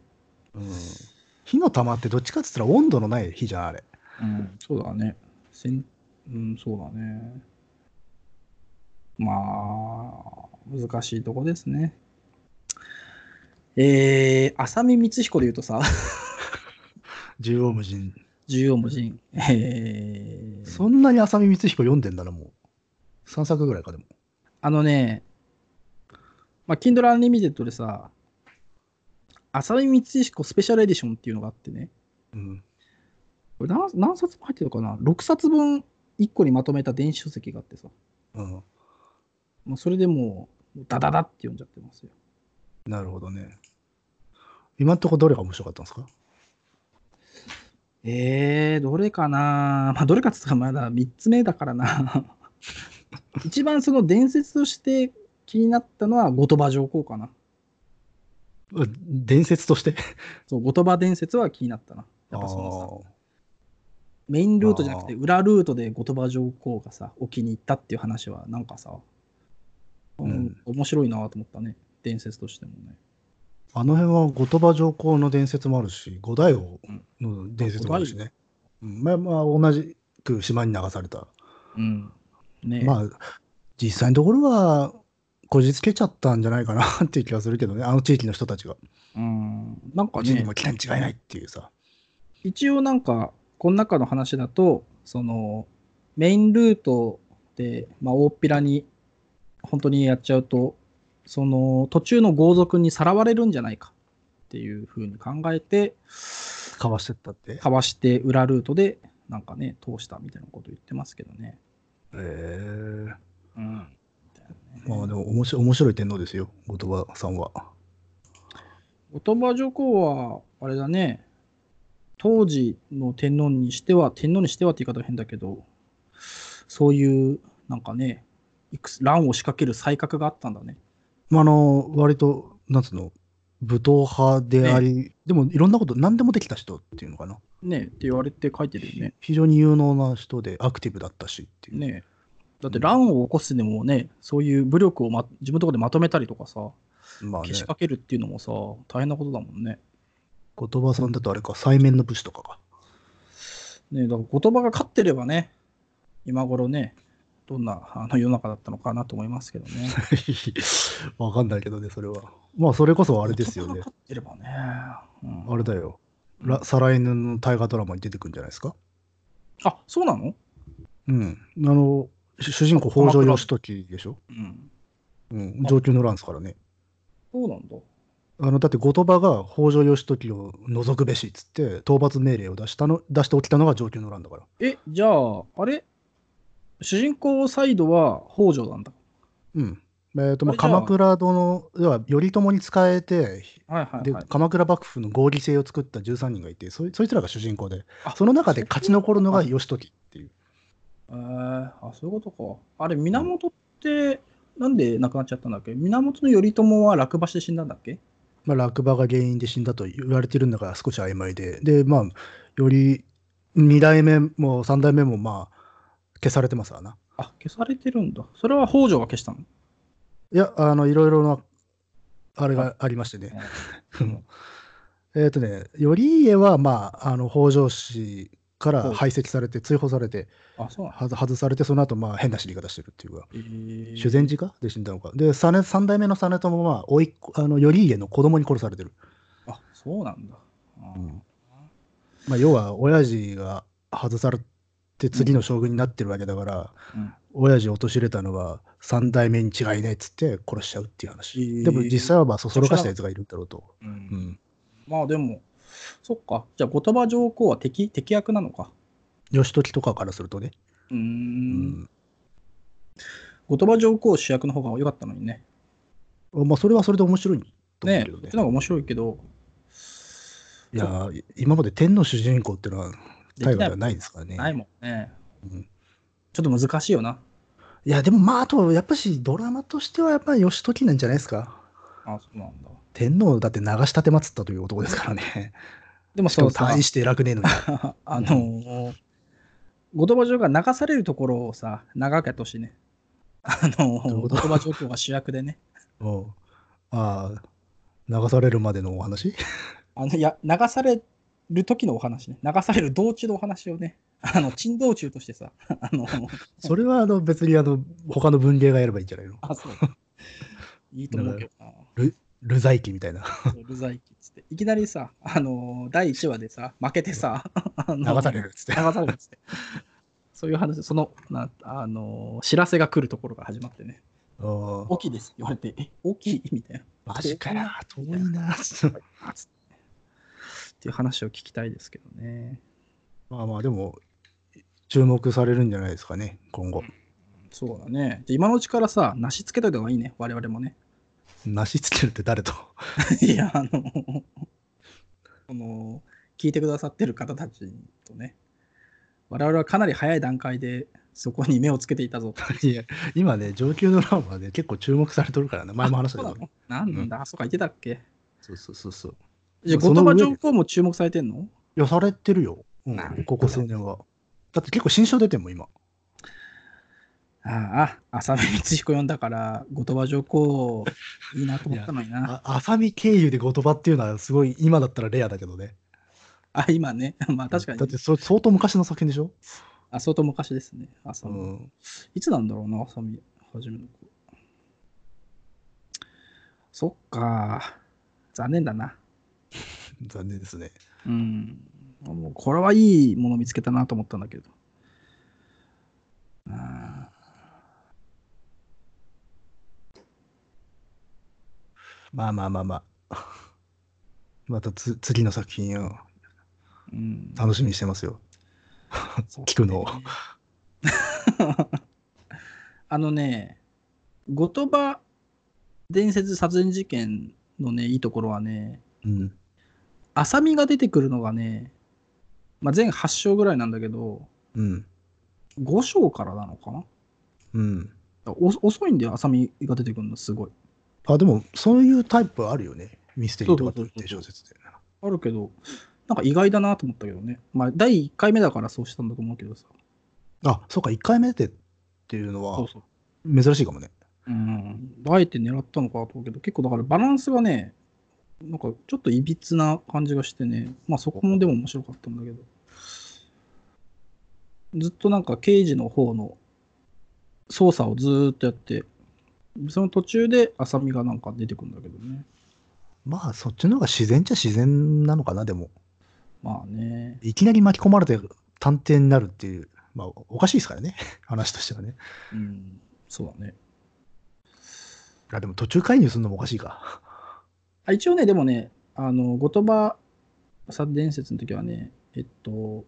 Speaker 2: うん火の玉ってどっちかって言ったら温度のない火じゃん、あれ。
Speaker 1: うん、そうだね。せんうん、そうだね。まあ、難しいとこですね。えー、浅見光彦で言うとさ、
Speaker 2: 縦横無尽。
Speaker 1: 重要無人。えー
Speaker 2: そんなに浅見光彦読んでんだな、もう。3作ぐらいか、でも。
Speaker 1: あのね、まあ、Kindle Unlimited でさ、浅見光彦スペシャルエディションっていうのがあってね。
Speaker 2: うん。
Speaker 1: これ何何冊も入ってるかな ?6 冊分1個にまとめた電子書籍があってさ、
Speaker 2: うん。
Speaker 1: もうそれでもう、ダダダって読んじゃってますよ。
Speaker 2: なるほどね。今んとこどれが面白かったんですか
Speaker 1: えー、どれかなまあ、どれかっつったらまだ3つ目だからな 一番その伝説として気になったのは、後鳥羽上皇かな。
Speaker 2: う伝説として。
Speaker 1: そう、後鳥羽伝説は気になったな。やっぱそのさ、メインルートじゃなくて、裏ルートで後鳥羽上皇がさ、沖に行ったっていう話は、なんかさ、うん
Speaker 2: うん
Speaker 1: 面白いなと思ったね。伝説としてもね。
Speaker 2: あーあの辺は後鳥羽上皇の伝説もあるし、後醍醐の伝説もあるしね。うん、まあまあ、同じく島に流された。
Speaker 1: うん。ねえ
Speaker 2: まあ、実際のところは、こじつけちゃったんじゃないかなっていう気がするけどね、あの地域の人たちが。
Speaker 1: うんなんか
Speaker 2: こっちに
Speaker 1: ね
Speaker 2: も来たに違いないっていうさ。
Speaker 1: 一応なんかこの中の話だとそのメインルートで、まあ、大っぴらに本当にやっちゃうとその途中の豪族にさらわれるんじゃないかっていうふうに考えて
Speaker 2: かわしてったって。
Speaker 1: かわして裏ルートでなんかね通したみたいなこと言ってますけどね。
Speaker 2: えー
Speaker 1: うん
Speaker 2: まあでも面白い面白い天皇ですよ、後鳥羽さんは。
Speaker 1: 後鳥羽上皇はあれだね当時の天皇にしては天皇にしてはって言い方は変だけどそういうなんかねいくつ乱を仕掛ける才覚があったんだね
Speaker 2: まあ、あの、割と、なんつうの、武闘派であり、でもいろんなこと、何でもできた人っていうのかな。
Speaker 1: ねえって言われて書いてるよね
Speaker 2: 非常に有能な人でアクティブだったしっていう。
Speaker 1: ねえだって乱を起こすでもねそういう武力を、ま、自分のところでまとめたりとかさ
Speaker 2: まあね
Speaker 1: けし、かけるっていうのもさ、大変なことだもんね。
Speaker 2: 言葉さんだとあれか、対面の武士とかか。
Speaker 1: ねだから言葉が勝ってればね、今頃ね、どんなあの世の中だったのかなと思いますけどね。
Speaker 2: わかんないけどね、それは。まあ、それこそあれですよ
Speaker 1: 言葉
Speaker 2: ね
Speaker 1: が。勝ってればね。うん
Speaker 2: あれだよ。ら再来年の大河ドラマに出てくるんじゃないですか。
Speaker 1: あ、そうなの
Speaker 2: うん。あの、主主人公、北条義時でしょ。
Speaker 1: うん。
Speaker 2: うん。上級の乱ですからね。
Speaker 1: そうなんだ。
Speaker 2: あのだって後鳥羽が北条義時を除くべしっつって討伐命令を出したの出して起きたのが上級の乱だから
Speaker 1: え、じゃあ、あれ主人公サイドは北条なんだ。
Speaker 2: うんえーとまあ、
Speaker 1: これじゃあ
Speaker 2: 鎌倉殿要は頼朝に仕えて
Speaker 1: はいはい
Speaker 2: で
Speaker 1: はい。
Speaker 2: 鎌倉幕府の合議制を作った13人がいてそいそいつらが主人公で
Speaker 1: あ
Speaker 2: その中で勝ち残るのが義時っていう
Speaker 1: えー、あ、そういうことか。あれ、源って、なんで亡くなっちゃったんだっけ源頼朝は落馬して死んだんだっけ
Speaker 2: まあ、落馬が原因で死んだと言われてるんだから少し曖昧で、で、まあ、より2代目も3代目もまあ、消されてますわな。
Speaker 1: あ、消されてるんだ。それは北条が消したの
Speaker 2: いや、あの、いろいろな、あれがありましてね。えっとね、頼家は、まあ、あの、北条氏から排斥されて、追放されて、
Speaker 1: あ、そうなんだ。
Speaker 2: はず外されて、その後、まあ、変な死に方してるっていうか、
Speaker 1: えー
Speaker 2: 修善寺かで死んだのか。で、3代目の実朝も、まあ、おいっ子あの、頼家の子供に殺されてる。
Speaker 1: あ、そうなんだ。あー
Speaker 2: まあ、要は親父が外されて次の将軍になってるわけだから、
Speaker 1: うん
Speaker 2: 親父を陥れたのは3代目に違いないっつって殺しちゃうっていう話、
Speaker 1: えー
Speaker 2: でも実際はまあそそろかしたやつがいるんだろうと、
Speaker 1: うん
Speaker 2: うん、
Speaker 1: まあでも、そっか。じゃあ、後鳥羽上皇は敵敵役なのか。
Speaker 2: 義時とかからするとね、
Speaker 1: うーん。
Speaker 2: う
Speaker 1: 後鳥羽上皇主役の方が良かったのにね。
Speaker 2: んまあ、それはそれで面白いと思う
Speaker 1: ね
Speaker 2: けど
Speaker 1: そっ
Speaker 2: ね
Speaker 1: ちの方が面白いけど、
Speaker 2: いやー今まで天の主人公っていうのは
Speaker 1: で
Speaker 2: 大
Speaker 1: きな
Speaker 2: 河で
Speaker 1: い
Speaker 2: はないですからね
Speaker 1: ないもんね。
Speaker 2: うん
Speaker 1: ちょっと難しいよな。
Speaker 2: いやでもまああとやっぱしドラマとしてはやっぱり義時なんじゃないですか
Speaker 1: あ、そうなんだ。
Speaker 2: 天皇だって長したてまつったという男ですからね
Speaker 1: でも
Speaker 2: しか
Speaker 1: そ
Speaker 2: も
Speaker 1: うさ
Speaker 2: 大、して偉くねえのに
Speaker 1: あのー、後鳥羽上皇が流されるところをさ、長くやってほしいね。あの
Speaker 2: どういう
Speaker 1: ー、後
Speaker 2: こと
Speaker 1: 鳥羽上皇が主役でね。
Speaker 2: おうああ、流されるまでのお話
Speaker 1: あのいや流される時のお話ね、流される道中のお話をね、あの珍道中としてさ、 あの、
Speaker 2: それはあの別にあの他の文芸がやればいいんじゃないの
Speaker 1: あ、そう。いいと思うけどな。
Speaker 2: 流罪記みたいな。
Speaker 1: そうルザイキっつって。いきなりさ、あのー第1話でさ、負けてさ、 あの
Speaker 2: 流されるっつっ て
Speaker 1: 流。されるっつって。そういう話、その、なあのー知らせが来るところから始まってね、
Speaker 2: おう
Speaker 1: 大きいですって言われて、え、大きい みたいな。
Speaker 2: マ ジかよ、遠いな。
Speaker 1: っていう話を聞きたいですけどね。
Speaker 2: まあまあ、でも、注目されるんじゃないですかね、今後。
Speaker 1: そうだね。じゃあ今のうちからさ、なしつけといた方がいいね、我々もね。
Speaker 2: なしつけるって誰と
Speaker 1: いや、あの、 この、聞いてくださってる方たちとね、我々はかなり早い段階でそこに目をつけていたぞ。
Speaker 2: いや、今ね、上級のランはね、結構注目されとるからね、前も話したけ
Speaker 1: そう
Speaker 2: ど
Speaker 1: な。のなんだ、あそっか言ってたっけ
Speaker 2: そうそうそうそう。
Speaker 1: じゃあ、
Speaker 2: そ
Speaker 1: 後
Speaker 2: の
Speaker 1: 鳥
Speaker 2: 上
Speaker 1: 羽
Speaker 2: で
Speaker 1: 上皇も注目されてんの
Speaker 2: いや、されてるよ。う
Speaker 1: なんだ
Speaker 2: ん、ここ数年は。だって結構新書出てんもん、今。
Speaker 1: ああ、浅見光彦読んだから、後鳥羽上皇、いいなと思ったのにな。
Speaker 2: あ浅見経由で言葉っていうのはすごい今だったらレアだけどね。
Speaker 1: あ、今ね、 まあ確か
Speaker 2: だって
Speaker 1: に、
Speaker 2: そ相当昔の作品でしょ、
Speaker 1: あ、相当昔ですね、浅見。
Speaker 2: ん、
Speaker 1: いつなんだろうな、浅見、初めの子。そっか、残念だな。
Speaker 2: 残念ですね。
Speaker 1: うん。もうこれはいいもの見つけたなと思ったんだけど。あ
Speaker 2: まあまあまあまあ。 またつ次の作品を
Speaker 1: ーうん、
Speaker 2: 楽しみにしてますよ。
Speaker 1: そう
Speaker 2: 聞くのを。
Speaker 1: あのね、後鳥羽伝説殺人事件のね、いいところはね、
Speaker 2: うん。
Speaker 1: 浅見が出てくるのがね、まあ、全8章ぐらいなんだけど、
Speaker 2: うん。
Speaker 1: 5章からなのかな
Speaker 2: うん。
Speaker 1: お遅いんだよ、浅見が出てくるの、すごい。
Speaker 2: あ、でも、そういうタイプあるよね。ミステリーとか
Speaker 1: そうそうそう
Speaker 2: って小説で。
Speaker 1: あるけど、なんか意外だなと思ったけどね。まあ、第1回目だからそうしたんだと思うけどさ。
Speaker 2: あ、そうか、1回目でっていう
Speaker 1: そ
Speaker 2: の
Speaker 1: う
Speaker 2: は
Speaker 1: そう。
Speaker 2: 珍しいかもね。
Speaker 1: うん、あえて狙ったのかと思うけど、結構だからバランスがね、なんかちょっといびつな感じがしてね、まあそこもでも面白かったんだけど、ずっとなんか刑事の方の操作をずーっとやって、その途中で浅見がなんか出てくるんだけどね。
Speaker 2: まあ、そっちの方が自然っちゃ自然なのかな、でも。
Speaker 1: まあね、
Speaker 2: いきなり巻き込まれて探偵になるっていう、まあ、おかしいですからね、 話としてはね。
Speaker 1: うん、そうだね。
Speaker 2: あでも途中介入するのもおかしいか。
Speaker 1: あ一応ね、でもね、あの、後鳥羽さ伝説の時はね、えっと、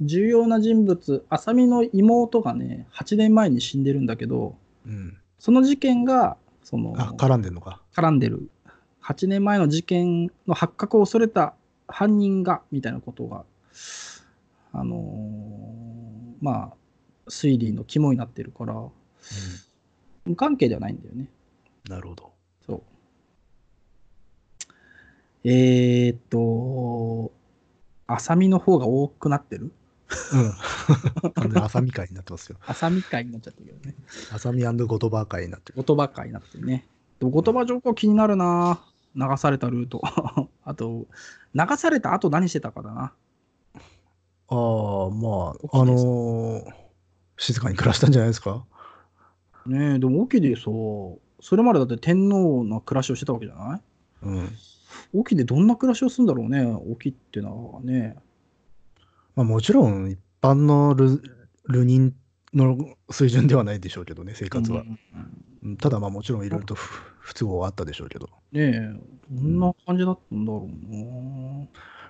Speaker 1: 重要な人物、浅見の妹がね、8年前に死んでるんだけど、
Speaker 2: うん。
Speaker 1: その事件が、その、
Speaker 2: あ、絡んでんのか。
Speaker 1: 絡んでる。8年前の事件の発覚を恐れた犯人が、みたいなことが、あのーまあ、推理の肝になってるから、無関係ではないんだよね。
Speaker 2: なるほど。
Speaker 1: そう。えー、っと、浅見の方が多くなってる
Speaker 2: うん。 完全に浅見会になってますよ。
Speaker 1: 浅見会になっちゃったけどね。
Speaker 2: 浅見ゴトバー会になってる。
Speaker 1: 言葉会になってるね。でも言葉情報気になるな流されたルート。 あと、流された後何してたかだな。
Speaker 2: ああ、ま
Speaker 1: 大きいです
Speaker 2: あ、あのー静かに暮らしたんじゃないですか。
Speaker 1: ねえ、でも沖でさ、それまでだって天皇の暮らしをしてたわけじゃない
Speaker 2: うん。
Speaker 1: 沖でどんな暮らしをするんだろうね、沖ってのはね。
Speaker 2: まあ、もちろん、一般のルル人の水準ではないでしょうけどね、生活は
Speaker 1: う。ん
Speaker 2: うんただ、まあ、もちろんいろいろと不不都合はあったでしょうけど。
Speaker 1: ねえ、どんな感じだったんだろうな、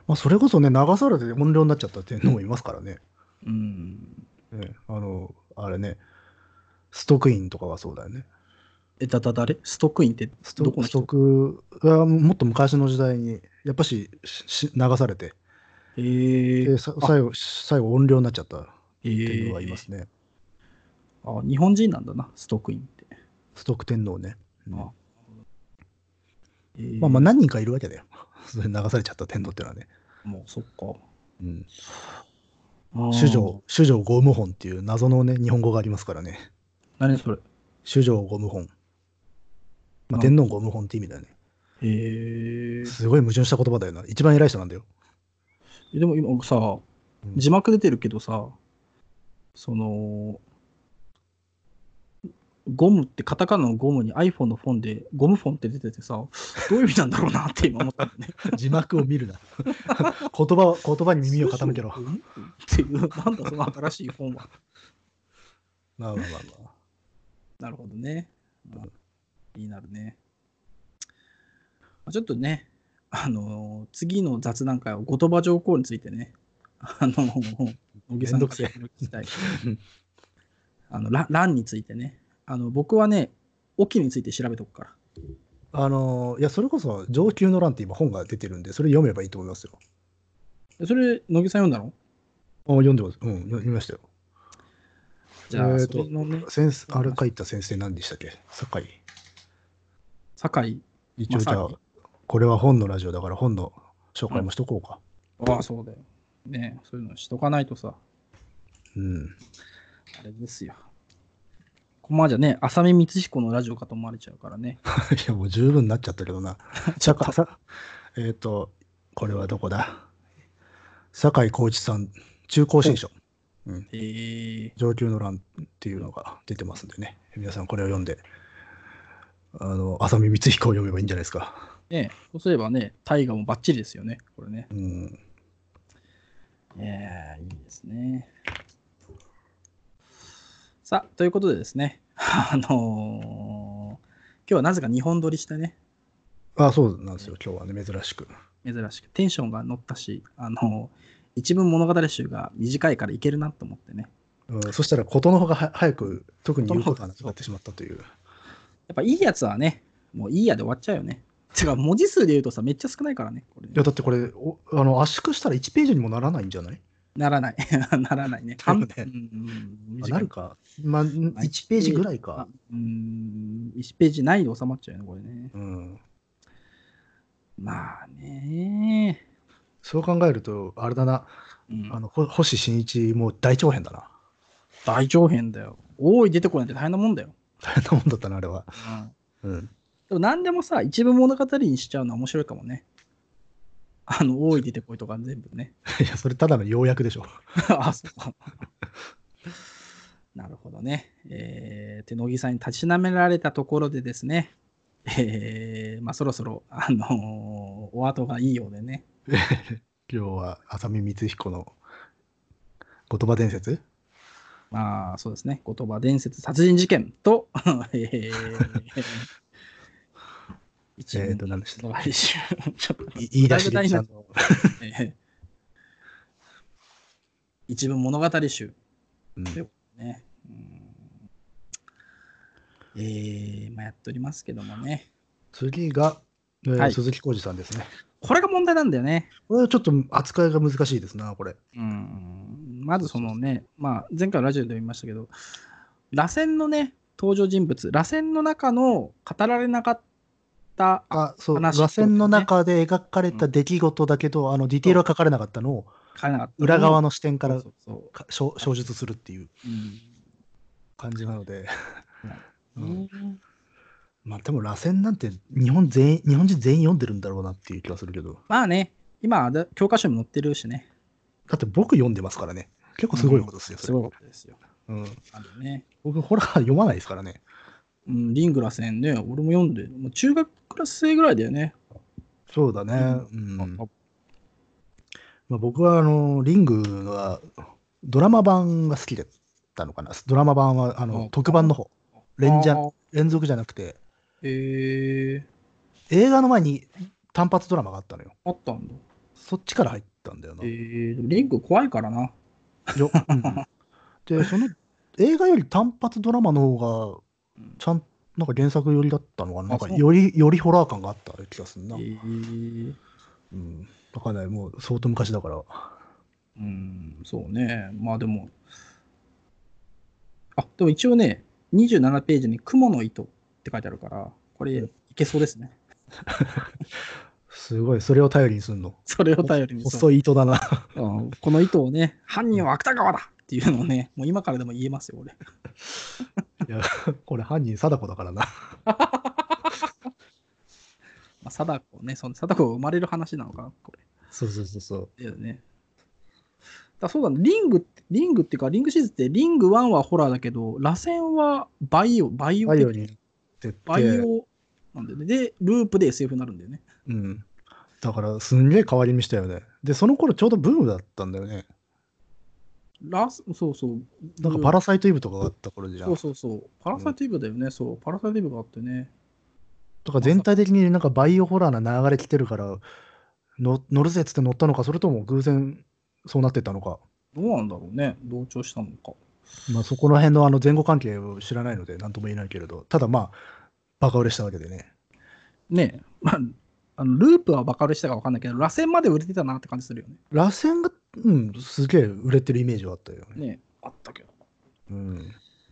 Speaker 2: まあ、それこそね、流されて怨霊になっちゃった天皇もいますからね。
Speaker 1: うん。
Speaker 2: ねあの、あれね、ストックインとかはそうだよね。
Speaker 1: え、だ、だ、誰ストックインって
Speaker 2: スト
Speaker 1: どこの
Speaker 2: スト
Speaker 1: 人
Speaker 2: ックはもっと昔の時代に、やっぱしし流されて、
Speaker 1: え
Speaker 2: で
Speaker 1: ー、
Speaker 2: さ
Speaker 1: あ
Speaker 2: 最後、最後怨霊になっちゃったっ
Speaker 1: え
Speaker 2: ていうの
Speaker 1: ー
Speaker 2: はいますね。
Speaker 1: あ、日本人なんだな、ストックインって。
Speaker 2: ストック天皇ね。うん
Speaker 1: あえー
Speaker 2: まあまあ何人かいるわけだよ。 それ流されちゃった天皇ってのはね。
Speaker 1: もうそっか。
Speaker 2: うん、
Speaker 1: あー
Speaker 2: 主女、主女ゴム本っていう謎のね、日本語がありますからね。
Speaker 1: 何それ
Speaker 2: 主女ゴム本。
Speaker 1: な
Speaker 2: まあ、
Speaker 1: ん
Speaker 2: 天皇ゴム本って意味だよね。
Speaker 1: えー、
Speaker 2: すごい矛盾した言葉だよな。一番偉い人なんだよ。
Speaker 1: でも今さ、
Speaker 2: うん
Speaker 1: 字幕出てるけどさ、その、ゴムってカタカナのゴムに iPhone のフォンでゴムフォンって出ててさ、どういう意味なんだろうなって今思ったんだね。
Speaker 2: 字幕を見るな。 言葉を、言葉に耳を傾けろ。
Speaker 1: うん っていう、なんだその新しいフォンは。
Speaker 2: まあまあまあまあ。
Speaker 1: なるほどね。気になるね。まあちょっとね、あのー次の雑談会は後鳥羽上皇についてね、あの ー、小木さん
Speaker 2: めんど
Speaker 1: に
Speaker 2: くせえ
Speaker 1: 聞きたい
Speaker 2: うん。
Speaker 1: あの、ら乱についてね。あの、僕はね、沖について調べとくから。
Speaker 2: あのーいや、それこそ上級の欄って今本が出てるんで、それ読めばいいと思いますよ。
Speaker 1: えそれ、野木さん読んだの
Speaker 2: あ読んでます。うん、読みましたよ。
Speaker 1: じゃあ、
Speaker 2: えー
Speaker 1: そ
Speaker 2: と
Speaker 1: れのね、
Speaker 2: 先生、あれ書いた先生何でしたっけ酒井。
Speaker 1: 酒井、
Speaker 2: 一応じゃ
Speaker 1: ま
Speaker 2: あ
Speaker 1: あ、
Speaker 2: これは本のラジオだから本の紹介もしとこうか。
Speaker 1: ああ、そうだよ。ねそういうのしとかないとさ、
Speaker 2: うん。
Speaker 1: あれですよ。こまじゃね、浅見光彦のラジオかと思われちゃうからね。
Speaker 2: いや、もう十分になっちゃったけ どな。社会さえっ、と、これはどこだ酒井浩一さん、中高新書、
Speaker 1: えー、
Speaker 2: 上級の欄っていうのが出てますんでね。皆さんこれを読んで、あの、浅見光彦を読めばいいんじゃないですか。
Speaker 1: ねそうすればね、大河もバッチリですよね、これね。
Speaker 2: うん。
Speaker 1: えー、いいですね。さあ、ということでですね、 あのー今日はなぜか2本撮りしてね、
Speaker 2: あ、そうなんですよ。今日はね、珍しく。
Speaker 1: 珍しく、テンションが乗ったし、あのー一文物語集が短いからいけるなと思ってね。
Speaker 2: うん、そしたら、ことの方がは早く、特に言うことがなくなってしまったという。
Speaker 1: やっぱいいやつはね、もういいやで終わっちゃうよね。てか、文字数で言うとさ、めっちゃ少ないからね、これね
Speaker 2: いや、だってこれ、おあの圧縮したら1ページにもならないんじゃない
Speaker 1: ならない。 ならないね。
Speaker 2: だよね
Speaker 1: 半うんうん
Speaker 2: あなるか。まあ、1ページぐらいか。
Speaker 1: うーん、1ページないで収まっちゃうよね、これね。
Speaker 2: うん。
Speaker 1: まあね、
Speaker 2: そう考えると、あれだな、
Speaker 1: うん
Speaker 2: あのほ星新一、もう大長編だな。
Speaker 1: 大長編だよ。大い出てこないって大変なもんだよ。
Speaker 2: 大変なもんだったな、あれは。
Speaker 1: うん
Speaker 2: うん。
Speaker 1: でも何でもさ、一部物語にしちゃうのは面白いかもね。あの、大い出てこいとか全部 ね。
Speaker 2: いや、それただの要約でしょ。
Speaker 1: あ、そうか。なるほどね。えー、手野木さんに立ちなめられたところでですね、えー、まあそろそろ、あのーお後がいいようでね。
Speaker 2: 今日は浅見光彦の言葉伝説
Speaker 1: まあそうですね、言葉伝説殺人事件と、 えー、一
Speaker 2: え
Speaker 1: 部
Speaker 2: っと、何でした
Speaker 1: の来週、ちょっと
Speaker 2: い言い出しできたの。
Speaker 1: えー一部物語集
Speaker 2: うん
Speaker 1: ということでね。うんえーまあ、やっておりますけどもね。
Speaker 2: 次が、えー
Speaker 1: はい
Speaker 2: 鈴木浩二さんですね。
Speaker 1: これが問題なんだよね。
Speaker 2: これはちょっと扱いが難しいですな、これ。
Speaker 1: うん、まずそのね、まあ、前回のラジオでも言いましたけど、螺旋のね、登場人物、螺旋の中の語られなかった、
Speaker 2: あ、そう、螺
Speaker 1: 話と
Speaker 2: 旋の中で描かれた出来事だけど、あの、ディテールは書かれなかったのを、
Speaker 1: 書かれなかった
Speaker 2: 裏側
Speaker 1: の
Speaker 2: の視点から
Speaker 1: そうそう
Speaker 2: か小小述するっていう
Speaker 1: そううん
Speaker 2: 感じなので、 う
Speaker 1: うんん
Speaker 2: まあでも、螺旋なんて日本全員、日本人全員読んでるんだろうなっていう気はするけど、
Speaker 1: まあね、今、だ教科書にも載ってるしね、
Speaker 2: だって僕読んでますからね、結構すごいことですよ、
Speaker 1: す
Speaker 2: それ
Speaker 1: ごいことですよ。
Speaker 2: うん、
Speaker 1: あのね、
Speaker 2: 僕、ホラー読まないですからね。
Speaker 1: うん、リング螺旋ね、俺も読んで、もう中学クラス生ぐらいだよね。
Speaker 2: そうだね。う
Speaker 1: あ
Speaker 2: んまあ、僕はあのリングはドラマ版が好きだったのかな。ドラマ版はあ
Speaker 1: う
Speaker 2: の
Speaker 1: ん
Speaker 2: 特番の方、レンジャー
Speaker 1: あ
Speaker 2: 連続じゃなくて、
Speaker 1: えー、
Speaker 2: 映画の前に単発ドラマがあったのよ。
Speaker 1: あったんだ。
Speaker 2: そっちから入ったんだよな。
Speaker 1: えー、でもリング怖いからな。
Speaker 2: ようん で、その映画より単発ドラマの方が、ちゃんなんか原作寄りだったのかな。なん
Speaker 1: あ
Speaker 2: か
Speaker 1: そう
Speaker 2: よりよりホラー感があった気がするな。
Speaker 1: えー
Speaker 2: うん、だからね、もう相当昔だから。
Speaker 1: うん、そうね。まあでも、あ、でも一応ね、27ページに雲の糸って書いてあるから、これいけそうですね。
Speaker 2: すごい、それを頼りにすんの。
Speaker 1: それを頼りにそう
Speaker 2: 細い糸だな。
Speaker 1: うんこの糸をね、犯人は芥川だっていうのをね、もう今からでも言えますよ、俺。
Speaker 2: いや、これ犯人貞子だからな。
Speaker 1: まあ、貞子ね、その貞子が生まれる話なのかな、こ
Speaker 2: そうそうそうそう。
Speaker 1: れ。だよね。だそうだね、リングって、リングっていうか、リングシリーズって、リング1はホラーだけど、螺旋はバイオ、バイオ
Speaker 2: バ
Speaker 1: 的
Speaker 2: イオに行ってって
Speaker 1: バイオなんだよね。で、ループで SF になるんだよね。
Speaker 2: うん。だから、すんげえ変わり見したよね。で、その頃ちょうどブームだったんだよね。
Speaker 1: ラス、そうそう。
Speaker 2: なんかパラサイトイブとかがあった頃じゃん。
Speaker 1: そうそうそう。パラサイトイブだよね、そう。パラサイトイブがあってね。
Speaker 2: とか全体的になんかバイオホラーな流れ来てるから、の乗るぜっつって乗ったのか、それとも偶然そうなってったのか。
Speaker 1: どうなんだろうね。同調したのか。
Speaker 2: まあ、そこら辺のあの前後関係を知らないので、なんとも言えないけれど、ただまあ、バカ売れしたわけでね。
Speaker 1: ねえ、まあ、あのループはバカ売れしたか分かんないけど、螺旋まで売れてたなって感じするよね。
Speaker 2: 螺旋が、うん、すげえ売れてるイメージはあったよね。
Speaker 1: ねえ、あったけど。
Speaker 2: うん。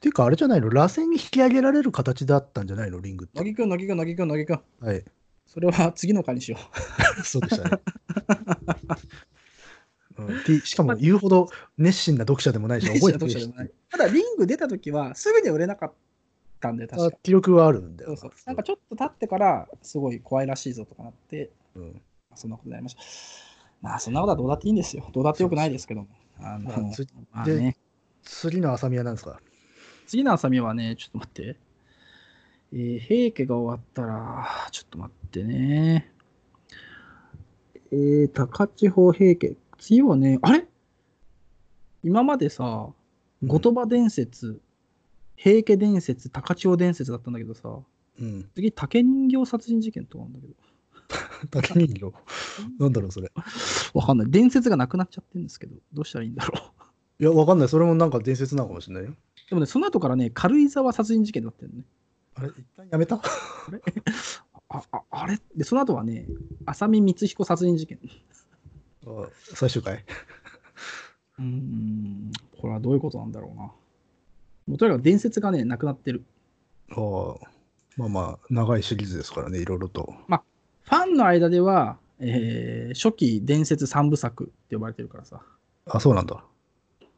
Speaker 2: ていうか、あれじゃないの螺旋に引き上げられる形だったんじゃないのリングって
Speaker 1: 乃。木くん、乃木くん、乃木くん、乃木くん。
Speaker 2: はい。
Speaker 1: それは 次の回にしよ
Speaker 2: そう でしたね。うん、でしかも言うほど熱心な読者でもな
Speaker 1: う。
Speaker 2: いし、
Speaker 1: 電
Speaker 2: 覚
Speaker 1: 子
Speaker 2: え
Speaker 1: の
Speaker 2: てる
Speaker 1: 読者
Speaker 2: し
Speaker 1: でもないただ、リング出た時は、すぐには売れなかったんで、確
Speaker 2: あ
Speaker 1: か。
Speaker 2: 記録はあるんだよ
Speaker 1: そう
Speaker 2: な。
Speaker 1: そうなんかちょっと経ってから、すごい怖いらしいぞとかなって、
Speaker 2: うん
Speaker 1: そんなことになりました。まあ、そんなことはどうだっていいんですよ。どうだってよくないですけども。あの
Speaker 2: まあつ
Speaker 1: まあね、
Speaker 2: 次の浅見は何ですか
Speaker 1: 次の浅見はね、ちょっと待って。えー平家が終わったら、ちょっと待ってね。えー、高千穂平家。次はね、あれ今までさ、後鳥羽伝説、平家伝説、高千穂伝説だったんだけどさ、
Speaker 2: うん。
Speaker 1: 次、竹人形殺人事件とかなんだけど、
Speaker 2: 竹人形。なんだろう、それ。
Speaker 1: わかんない。伝説がなくなっちゃってるんですけど、どうしたらいいんだろう。
Speaker 2: いや、わかんない。それもなんか伝説なのかもしれないよ。
Speaker 1: でもね、その後からね、軽井沢殺人事件だったよね。
Speaker 2: あれ、一旦やめた
Speaker 1: あ、ああれで、その後はね、浅見光彦殺人事件。
Speaker 2: あ最終回
Speaker 1: うーん、これはどういうことなんだろうな。もうとにかく伝説がね、なくなってる。
Speaker 2: ああまあまあ、長いシリーズですからね、いろいろと。
Speaker 1: ファンの間では、えー初期伝説三部作って呼ばれてるからさ。
Speaker 2: あ、そうなんだ。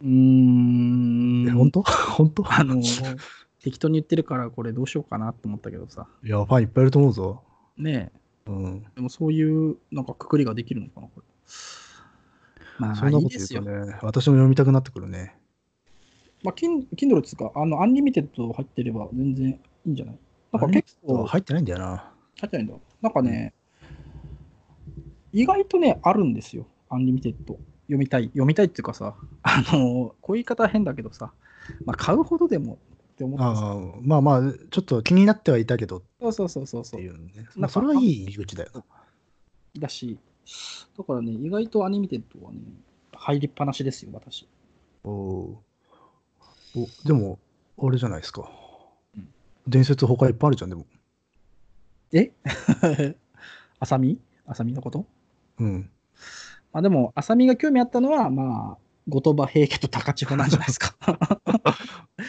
Speaker 1: うー
Speaker 2: え、
Speaker 1: ん、
Speaker 2: 本当本当
Speaker 1: あのー適当に言ってるから、これどうしようかなと思ったけどさ。
Speaker 2: いや、ファンいっぱいいると思うぞ。
Speaker 1: ねえ、
Speaker 2: うん。
Speaker 1: でもそういう、なんかくくりができるのかな、これ。ま
Speaker 2: そ
Speaker 1: あ、い
Speaker 2: んなこ
Speaker 1: い
Speaker 2: と
Speaker 1: で
Speaker 2: 言う
Speaker 1: す
Speaker 2: と
Speaker 1: よ。
Speaker 2: ね、私も読みたくなってくるね。
Speaker 1: まあ、キン Kindle つうか、あの、アンリミテッド入ってれば全然いいんじゃないなんか結構、入
Speaker 2: 入ってないんだよな。
Speaker 1: ってないんだ。なんかね、意外とね、あるんですよ。アンリミテッド。読みたい。読みたいっていうかさ、あの、こういう言い方は変だけどさ、まあ、買うほどでもって思ってさ。
Speaker 2: ああまあまあ、ちょっと気になってはいたけどっ
Speaker 1: そうそうそうそうそ
Speaker 2: て
Speaker 1: う
Speaker 2: い。うね。
Speaker 1: な
Speaker 2: ま
Speaker 1: ん
Speaker 2: あ、
Speaker 1: か
Speaker 2: それはいい入り口だよな。
Speaker 1: だし、だからね、意外とアニメテッドはね、入りっぱなしですよ、私。
Speaker 2: おおー。お、でも、あれじゃないですか
Speaker 1: うん。
Speaker 2: 伝説他いっぱいあるじゃん、でも。
Speaker 1: え アサミアサミのこと
Speaker 2: うん。
Speaker 1: まあでも、アサミが興味あったのは、まあ、後鳥羽平家と高千穂なんじゃないですか。
Speaker 2: あ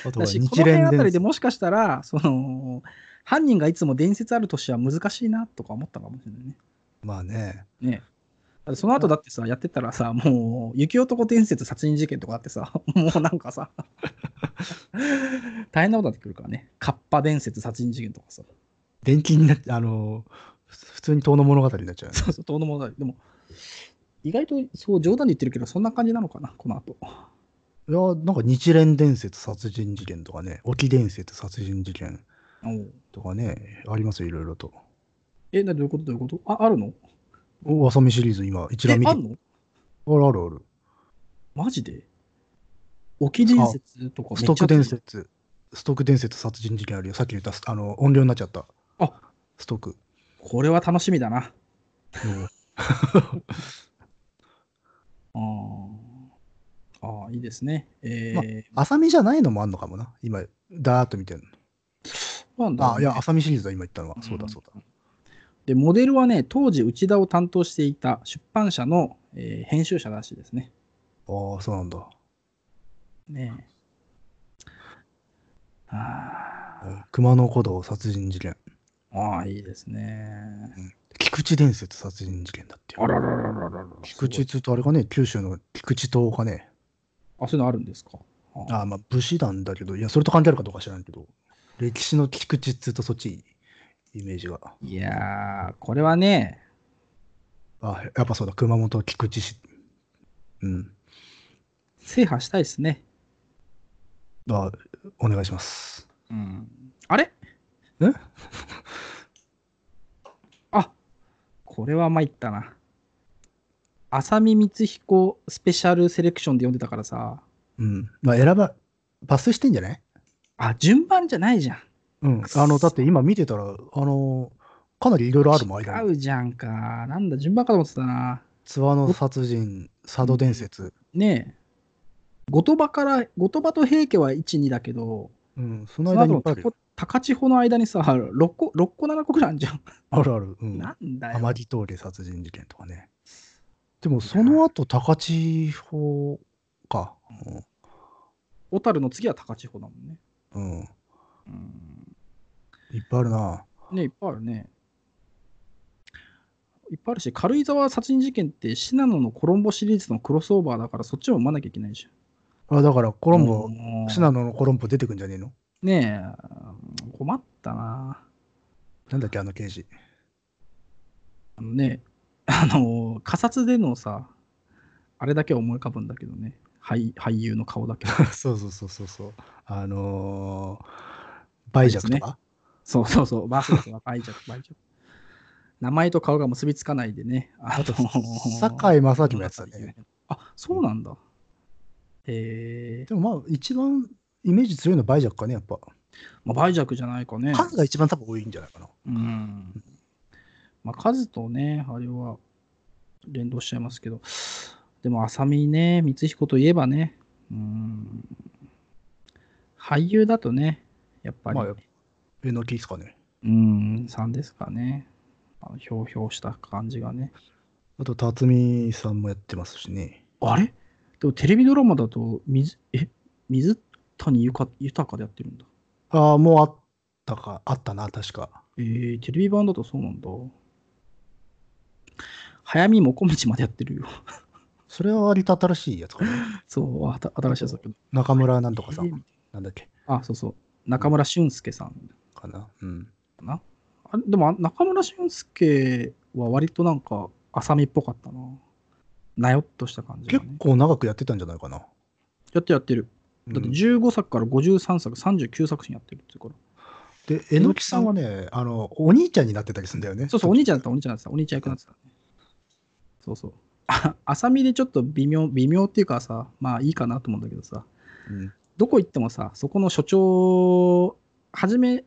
Speaker 2: と
Speaker 1: だ
Speaker 2: は
Speaker 1: し、
Speaker 2: 日
Speaker 1: この辺
Speaker 2: 蓮
Speaker 1: あたりで
Speaker 2: 伝
Speaker 1: もしかしたら、その、犯人がいつも伝説ある年は難しいなとか思ったかもしれないね。
Speaker 2: まあね。
Speaker 1: ねだってその後だってさ、やってたらさ、もう、雪男伝説殺人事件とかあってさ、 もうなんかさ、大変なことになってくるからね。カッパ伝説殺人事件とかさ。
Speaker 2: 伝記になって、あのー、ふ普通に遠の物語になっちゃうね。
Speaker 1: そうそう、どうのもない。でも、意外とそう冗談で言ってるけど、そんな感じなのかな、この後。
Speaker 2: いやー、なんか日蓮伝説殺人事件とかね、沖伝説殺人事件とかね、ありますよ、いろいろと。
Speaker 1: え、などういうことどういうことあ、あるの
Speaker 2: お、わさみシリーズ今、一
Speaker 1: え、
Speaker 2: 覧見て。
Speaker 1: あ
Speaker 2: あ
Speaker 1: る
Speaker 2: る
Speaker 1: の
Speaker 2: あるある。
Speaker 1: マジで沖伝説とか
Speaker 2: ストック
Speaker 1: めっ
Speaker 2: 伝
Speaker 1: ちゃ
Speaker 2: 説、ストック伝説殺人事件あるよ。さっき言った、あの、音量になっちゃった。
Speaker 1: あ
Speaker 2: ストック。
Speaker 1: これは楽しみだな。
Speaker 2: うん
Speaker 1: あーあー、いいですね。え
Speaker 2: まあ
Speaker 1: ー、
Speaker 2: 浅見じゃないのもあんのかもな。今、だーっと見てる
Speaker 1: そうなんだろう
Speaker 2: あ、い
Speaker 1: ね
Speaker 2: や、浅見シリーズだ、今言ったのは。そう
Speaker 1: う
Speaker 2: だ、
Speaker 1: ん
Speaker 2: そうだ。
Speaker 1: で、モデルはね、当時、内田を担当していた出版社の、えー編集者らしいですね。
Speaker 2: ああ、そうなんだ。
Speaker 1: ねえ。あー
Speaker 2: うん熊野古道殺人事件。
Speaker 1: ああ、いいですね。
Speaker 2: 菊池伝説殺人事件だってよ。
Speaker 1: あらららららら。
Speaker 2: 菊池
Speaker 1: す
Speaker 2: っつうとあれかね、九州の菊池島かね。
Speaker 1: ごい。あ、そういうのあるんですか。
Speaker 2: あーまあ、武士団だけど、いや、それと関係あるかどうか知らんけど、歴史の菊池っつうとそっち、イメージが。
Speaker 1: いやー、これはね、
Speaker 2: あ、やっぱそうだ、熊本菊池市。うん。
Speaker 1: 制覇したいですね。
Speaker 2: あ、お願いします。
Speaker 1: うん。あれ
Speaker 2: え
Speaker 1: あ、これは参ったな。浅見光彦スペシャルセレクションで読んでたからさ、
Speaker 2: うん。まあ、選ば、抜粋してんじゃない
Speaker 1: あ、順番じゃないじゃん。
Speaker 2: うん。あの、だって今見てたら、あの、かなりいろいろあるもん、間
Speaker 1: 合
Speaker 2: に。
Speaker 1: うじゃんか。なんだ、順番かと思ってたな。
Speaker 2: ツワの殺人、佐渡伝説。
Speaker 1: ねえ。後鳥羽から、後鳥羽と平家は1、2だけど、
Speaker 2: うん。そ
Speaker 1: そ
Speaker 2: の
Speaker 1: の
Speaker 2: 間にいっ
Speaker 1: 後
Speaker 2: ぱいあるよ
Speaker 1: の高千穂の間にさ、6個、6個7個くらいあるじゃん。
Speaker 2: あるある。うん。
Speaker 1: なんだよ。
Speaker 2: 天城峠殺人事件とかね。でも、その後、高千穂か。
Speaker 1: 小樽の次は高千穂だもんね。
Speaker 2: うん。うん。
Speaker 1: うん
Speaker 2: いっぱいあるな。
Speaker 1: ねいっぱいあるね。いっぱいあるし、軽井沢殺人事件って信濃のコロンボシリーズのクロスオーバーだからそっちも読まなきゃいけないじゃん。
Speaker 2: あ、だから、コロンボ、
Speaker 1: もう
Speaker 2: 信濃のコロンボ出てくんじゃねえの
Speaker 1: ねえ、うん困ったな。
Speaker 2: なんだっけ、あの刑事。
Speaker 1: あのね、あの、仮殺でのさ、あれだけは思い浮かぶんだけどね。俳俳優の顔だけ。
Speaker 2: そうそうそうそうそう。あのー、バイジャクとか、
Speaker 1: そうそうそう、バスですわ、バイジャク、バイジャク。名前と顔が結びつかないでね。あと、
Speaker 2: 堺正明もやってた ね。。
Speaker 1: あ、そうなんだ。え
Speaker 2: でもまあ、一番イメージ強いのはバイジャクかね、やっぱ。
Speaker 1: ー、まあ、バイジャクじゃないかね。
Speaker 2: 数が一番多分多いんじゃないかな。
Speaker 1: うん。まあ、数とね、あれは連動しちゃいますけど、でも、浅見ね、光彦といえばね、うん、俳優だとね、やっぱり、
Speaker 2: まあやっぱえのきですかね。
Speaker 1: うん、さんですかね。あのひょうひょうした感じがね。
Speaker 2: あと、辰巳さんもやってますしね。
Speaker 1: あれでもテレビドラマだと水、え、水谷ゆか豊でやってるんだ。
Speaker 2: ああ、もうあったか、あったな、確か。
Speaker 1: えー、テレビ版だとそうなんだ。早見もこみちまでやってるよ。
Speaker 2: それは割と 新しいやつかな。
Speaker 1: そう、あた新しいやつだけど。
Speaker 2: 中村なんとかさ
Speaker 1: えー
Speaker 2: ん、なんだっけ。
Speaker 1: あ、そうそう。中村俊介さん
Speaker 2: かな。うん。
Speaker 1: かな。あでもあ中村俊介は割となんか浅見っぽかったな。なよっとした感じが
Speaker 2: 結
Speaker 1: ね。
Speaker 2: 構長くやってたんじゃないかな。
Speaker 1: やってるやってる。
Speaker 2: うん
Speaker 1: だって15作から53作、39作品やってるっていうから。
Speaker 2: で、えのきさんはね、あの、お兄ちゃんになってたりするんだよね。
Speaker 1: そうそう、お兄ちゃんだった、お兄ちゃんだった、お兄ちゃん役になってたね。そうそう。あ浅見でちょっと微妙、微妙っていうかさ、まあいいかなと思うんだけどさ、
Speaker 2: うん。
Speaker 1: どこ行ってもさ、そこの所長、はじめ、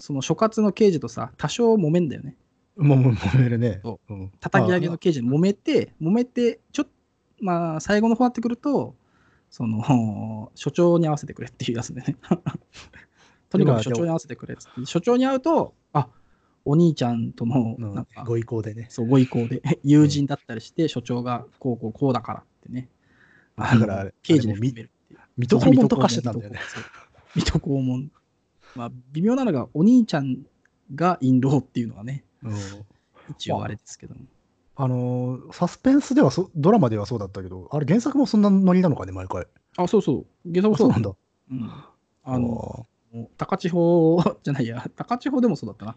Speaker 1: その所轄の刑事とさ、多少揉めんだよね。
Speaker 2: もう、もう、揉めるね。
Speaker 1: そ
Speaker 2: うん
Speaker 1: 叩き上げの刑事に揉めて、揉めて、ちょっと、まあ、最後の方になってくると、その、所長に合わせてくれっていうやつでね。 とにかく所長に合わせてくれっつって。所長に会うと、あお兄ちゃんとの、
Speaker 2: うん
Speaker 1: なんか、
Speaker 2: ご意向でね。
Speaker 1: そうご意向で 友人だったりして、所長がこうこうこうだからってね。
Speaker 2: だから
Speaker 1: あの
Speaker 2: あれ
Speaker 1: 刑事に
Speaker 2: あれも
Speaker 1: 含めるっていう。
Speaker 2: 水戸黄門とかしてたんだよね。
Speaker 1: 水戸黄門。そう水戸黄門。まあ、微妙なのが、お兄ちゃんが印籠っていうのがね、
Speaker 2: うん
Speaker 1: 一応あれですけども。
Speaker 2: あのーサスペンスではそ、ドラマではそうだったけど、あれ原作もそんなノリなのかね、毎回。
Speaker 1: あ、そうそう。下作も
Speaker 2: あ
Speaker 1: そ
Speaker 2: そ
Speaker 1: うう
Speaker 2: な
Speaker 1: だ
Speaker 2: ん。だ。
Speaker 1: うん。あの、
Speaker 2: ー、
Speaker 1: 高千穂 じゃないや、高千穂でもそうだったな。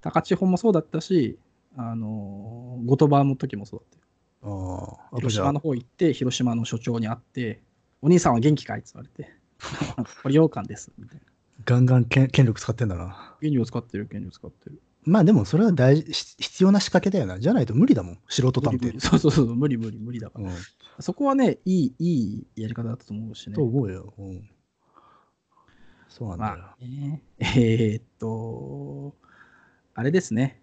Speaker 1: 高千穂もそうだったし、あの、後鳥羽の時もそうだったよ。
Speaker 2: ああ、あと
Speaker 1: 広
Speaker 2: じゃ
Speaker 1: 島
Speaker 2: あ
Speaker 1: の、方行って、広島の所長に会って、お兄さんは元気かいって言われて、 これ羊羹です、みたいな。
Speaker 2: ガンガン権権力使ってんだな。
Speaker 1: 原料使ってる、原料使ってる。
Speaker 2: まあでもそれは大事し必要な仕掛けだよな。じゃないと無理だもん。素人探
Speaker 1: 無理無
Speaker 2: 偵
Speaker 1: 理。そうそうそう、無理無理無理だから。
Speaker 2: うん、
Speaker 1: そこはね、いい、いいやり方だったと思うしね
Speaker 2: と。思うよ。うん、そうなんだよ。
Speaker 1: まあ、ねえーっと、あれですね。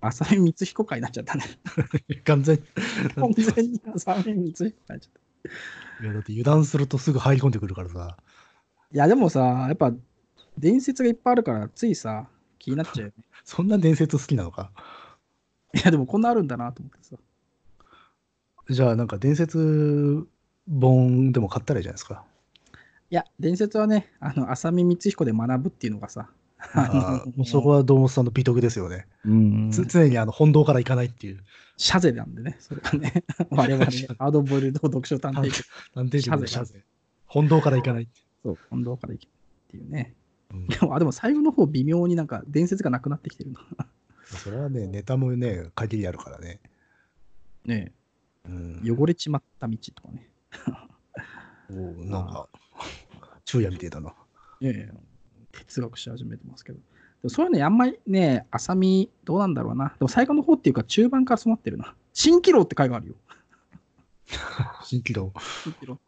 Speaker 1: 浅見光彦会になっちゃったね。
Speaker 2: 完全に。
Speaker 1: 完全に浅見光彦会になっちゃった。
Speaker 2: いやだって油断するとすぐ入り込んでくるからさ。
Speaker 1: いや、でもさ、やっぱ伝説がいっぱいあるから、ついさ、気になっちゃうよ ね。
Speaker 2: そんな伝説好きなのか。
Speaker 1: いや、でもこんなあるんだなと思ってさ。
Speaker 2: じゃあなんか伝説本でも買ったらいいじゃないですか。
Speaker 1: いや、伝説はね、あの浅見光彦で学ぶっていうのがさ、
Speaker 2: あーもうそこは堂本さんの美徳ですよね。
Speaker 1: うん
Speaker 2: つ常にあの本堂から行かないっていう。
Speaker 1: シャゼなんでね、それがね、 我々、アドボイルド読書探偵局、
Speaker 2: なんていうの
Speaker 1: 謝
Speaker 2: 謝罪本堂から行かないっていう。
Speaker 1: そう、本堂から行けっていうね。
Speaker 2: うん
Speaker 1: でも、あでも最後の方、微妙になんか伝説がなくなってきてるな。
Speaker 2: それはね、ネタもね、限りあるからね。
Speaker 1: ね
Speaker 2: うん
Speaker 1: え汚れちまった道とかね。
Speaker 2: おうなんか、昼夜みてえだな。
Speaker 1: ねえ哲学し始めてますけど。でもそういうのやんまりね、浅見、どうなんだろうな。でも最後の方っていうか、中盤から染まってるな。蜃気楼って回があるよ。
Speaker 2: 新規道、
Speaker 1: 蜃気楼。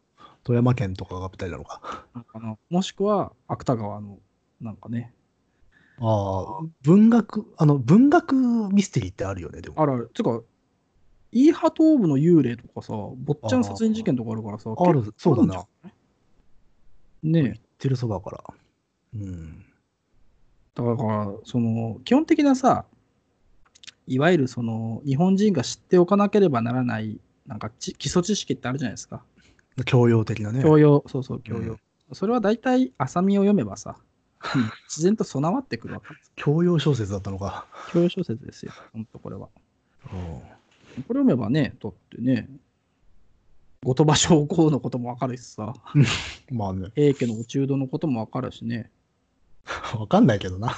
Speaker 2: 富山県とかが舞台なのか。
Speaker 1: あのもしくは、芥川の、なんかね、
Speaker 2: ああ、文学、あの、文学ミステリーってあるよね、でも。
Speaker 1: あら、つうか、イーハトーブの幽霊とかさ、坊っちゃん殺人事件とかあるからさ、
Speaker 2: ある、そうだな。
Speaker 1: あ
Speaker 2: 言っ
Speaker 1: ねえ、
Speaker 2: てるそばから。うん。
Speaker 1: だから、その、基本的なさ、いわゆるその、日本人が知っておかなければならない、なんかち基礎知識ってあるじゃないですか。
Speaker 2: 教養的なね。
Speaker 1: 教養、そうそう、教
Speaker 2: う
Speaker 1: 養
Speaker 2: ん。
Speaker 1: それは大体、浅見を読めば さ、自然と備わってくるわけ です。
Speaker 2: 教養小説だったのか。
Speaker 1: 教養小説ですよ、ほんとこれは。
Speaker 2: うん
Speaker 1: これ読めばね、だってね、後鳥羽上皇のこともわかるしさ、
Speaker 2: まあね、
Speaker 1: 平家のお中道のこともわかるしね、
Speaker 2: わかんないけ どな。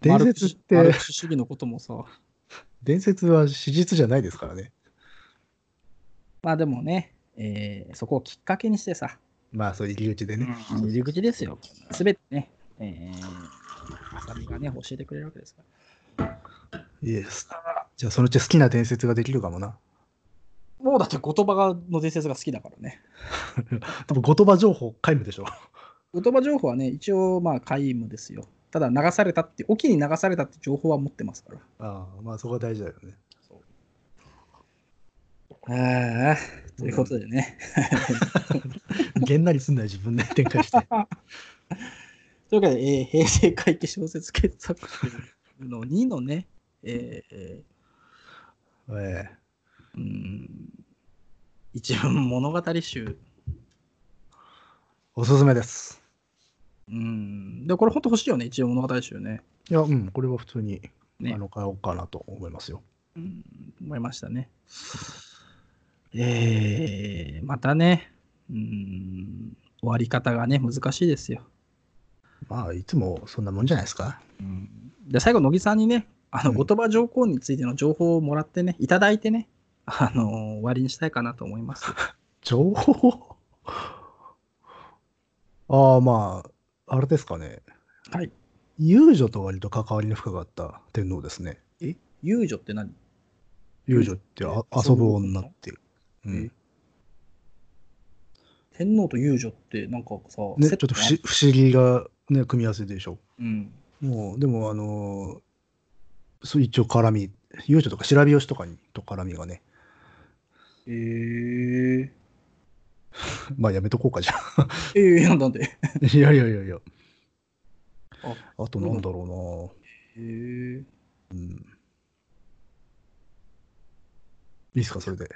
Speaker 2: 伝
Speaker 1: マルク
Speaker 2: 説
Speaker 1: ス
Speaker 2: って
Speaker 1: マルクス主義のこともさ。
Speaker 2: 伝説は史実じゃないですからね。
Speaker 1: まあでもね、えーそこをきっかけにしてさ、
Speaker 2: まあ、そういう入り口でね。
Speaker 1: 入り口ですよ。すべてね、えー、浅見がね、教えてくれるわけですか
Speaker 2: イエス。じゃあ、そのうち好きな伝説ができるかもな。
Speaker 1: ら。もうだって言葉の伝説が好きだからね。
Speaker 2: 多分、言葉情報皆無でしょ。
Speaker 1: 言葉情報はね、一応まあ皆無ですよ。ただ流されたって、沖に流されたって情報は持ってますから。
Speaker 2: ああ、まあ、そこは大事だよね。
Speaker 1: ああ、ということでね。
Speaker 2: げんなりすんなよ、自分で展開して。
Speaker 1: というわけで、えー平成会計小説傑作集の2のね、えー
Speaker 2: ええ
Speaker 1: うーん一番物語集。
Speaker 2: おすすめです。
Speaker 1: うん。で、これ本当欲しいよね、一応物語集ね。
Speaker 2: いや、うん、これは普通に、
Speaker 1: ね
Speaker 2: あの買おうかなと思いますよ。
Speaker 1: うん、思いましたね。えー、またね、うん、終わり方がね、難しいですよ。
Speaker 2: まあ、いつもそんなもんじゃないですか。
Speaker 1: で、最後、乃木さんにね、あの、
Speaker 2: うん
Speaker 1: 後鳥羽上皇についての情報をもらってね、いただいてね、あのー終わりにしたいかなと思います。
Speaker 2: 情報 ああ、まあ、あれですかね。
Speaker 1: はい。
Speaker 2: 遊女と割と関わりの深かった天皇ですね。
Speaker 1: え遊女って何
Speaker 2: 遊女ってあ
Speaker 1: 遊
Speaker 2: 遊ぶ
Speaker 1: ぶ
Speaker 2: 女っていう。う
Speaker 1: え
Speaker 2: ん、
Speaker 1: 天皇と遊女ってなんかさ、
Speaker 2: ね、ち
Speaker 1: セ
Speaker 2: ょっ
Speaker 1: ット
Speaker 2: と不思不思議が、ね、組み合わせでしょ。
Speaker 1: うん。
Speaker 2: もう、でも、あのーそう一応絡み、遊女とか調べ吉とかにと絡み がね、
Speaker 1: えー、
Speaker 2: まあやめとこうかじゃあ。
Speaker 1: えー、なんだって。
Speaker 2: いやいやいやいや。
Speaker 1: あ
Speaker 2: あとなんだろ
Speaker 1: えー、
Speaker 2: うな、うん。いいっすか、それで。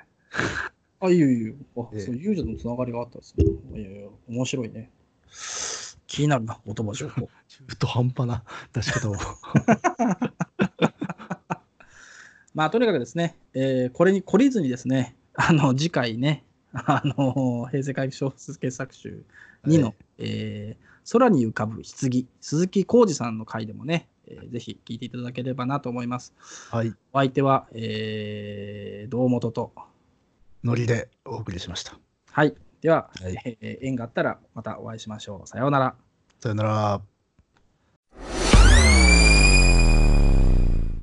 Speaker 1: あ、いいよいいよ。あ、
Speaker 2: ええ
Speaker 1: そう、遊女とのつながりがあったんですよ。いやいや、面白いね。気になるな、後鳥羽上 皇。
Speaker 2: 中途半端な出し 方を。
Speaker 1: まあ、とにかくですね、えーこれに懲りずにですね、あの次回ね、あの平成回帰小説傑作集2の、
Speaker 2: はい
Speaker 1: えー空に浮かぶ棺、鈴木浩二さんの回でもね、えーぜひ聞いていただければなと思います。
Speaker 2: はい、
Speaker 1: お相手は、えー、堂本と。
Speaker 2: ノリでお送りしました。
Speaker 1: はい。では、
Speaker 2: はい
Speaker 1: えー縁があったらまたお会いしましょう。さようなら。
Speaker 2: さよなら。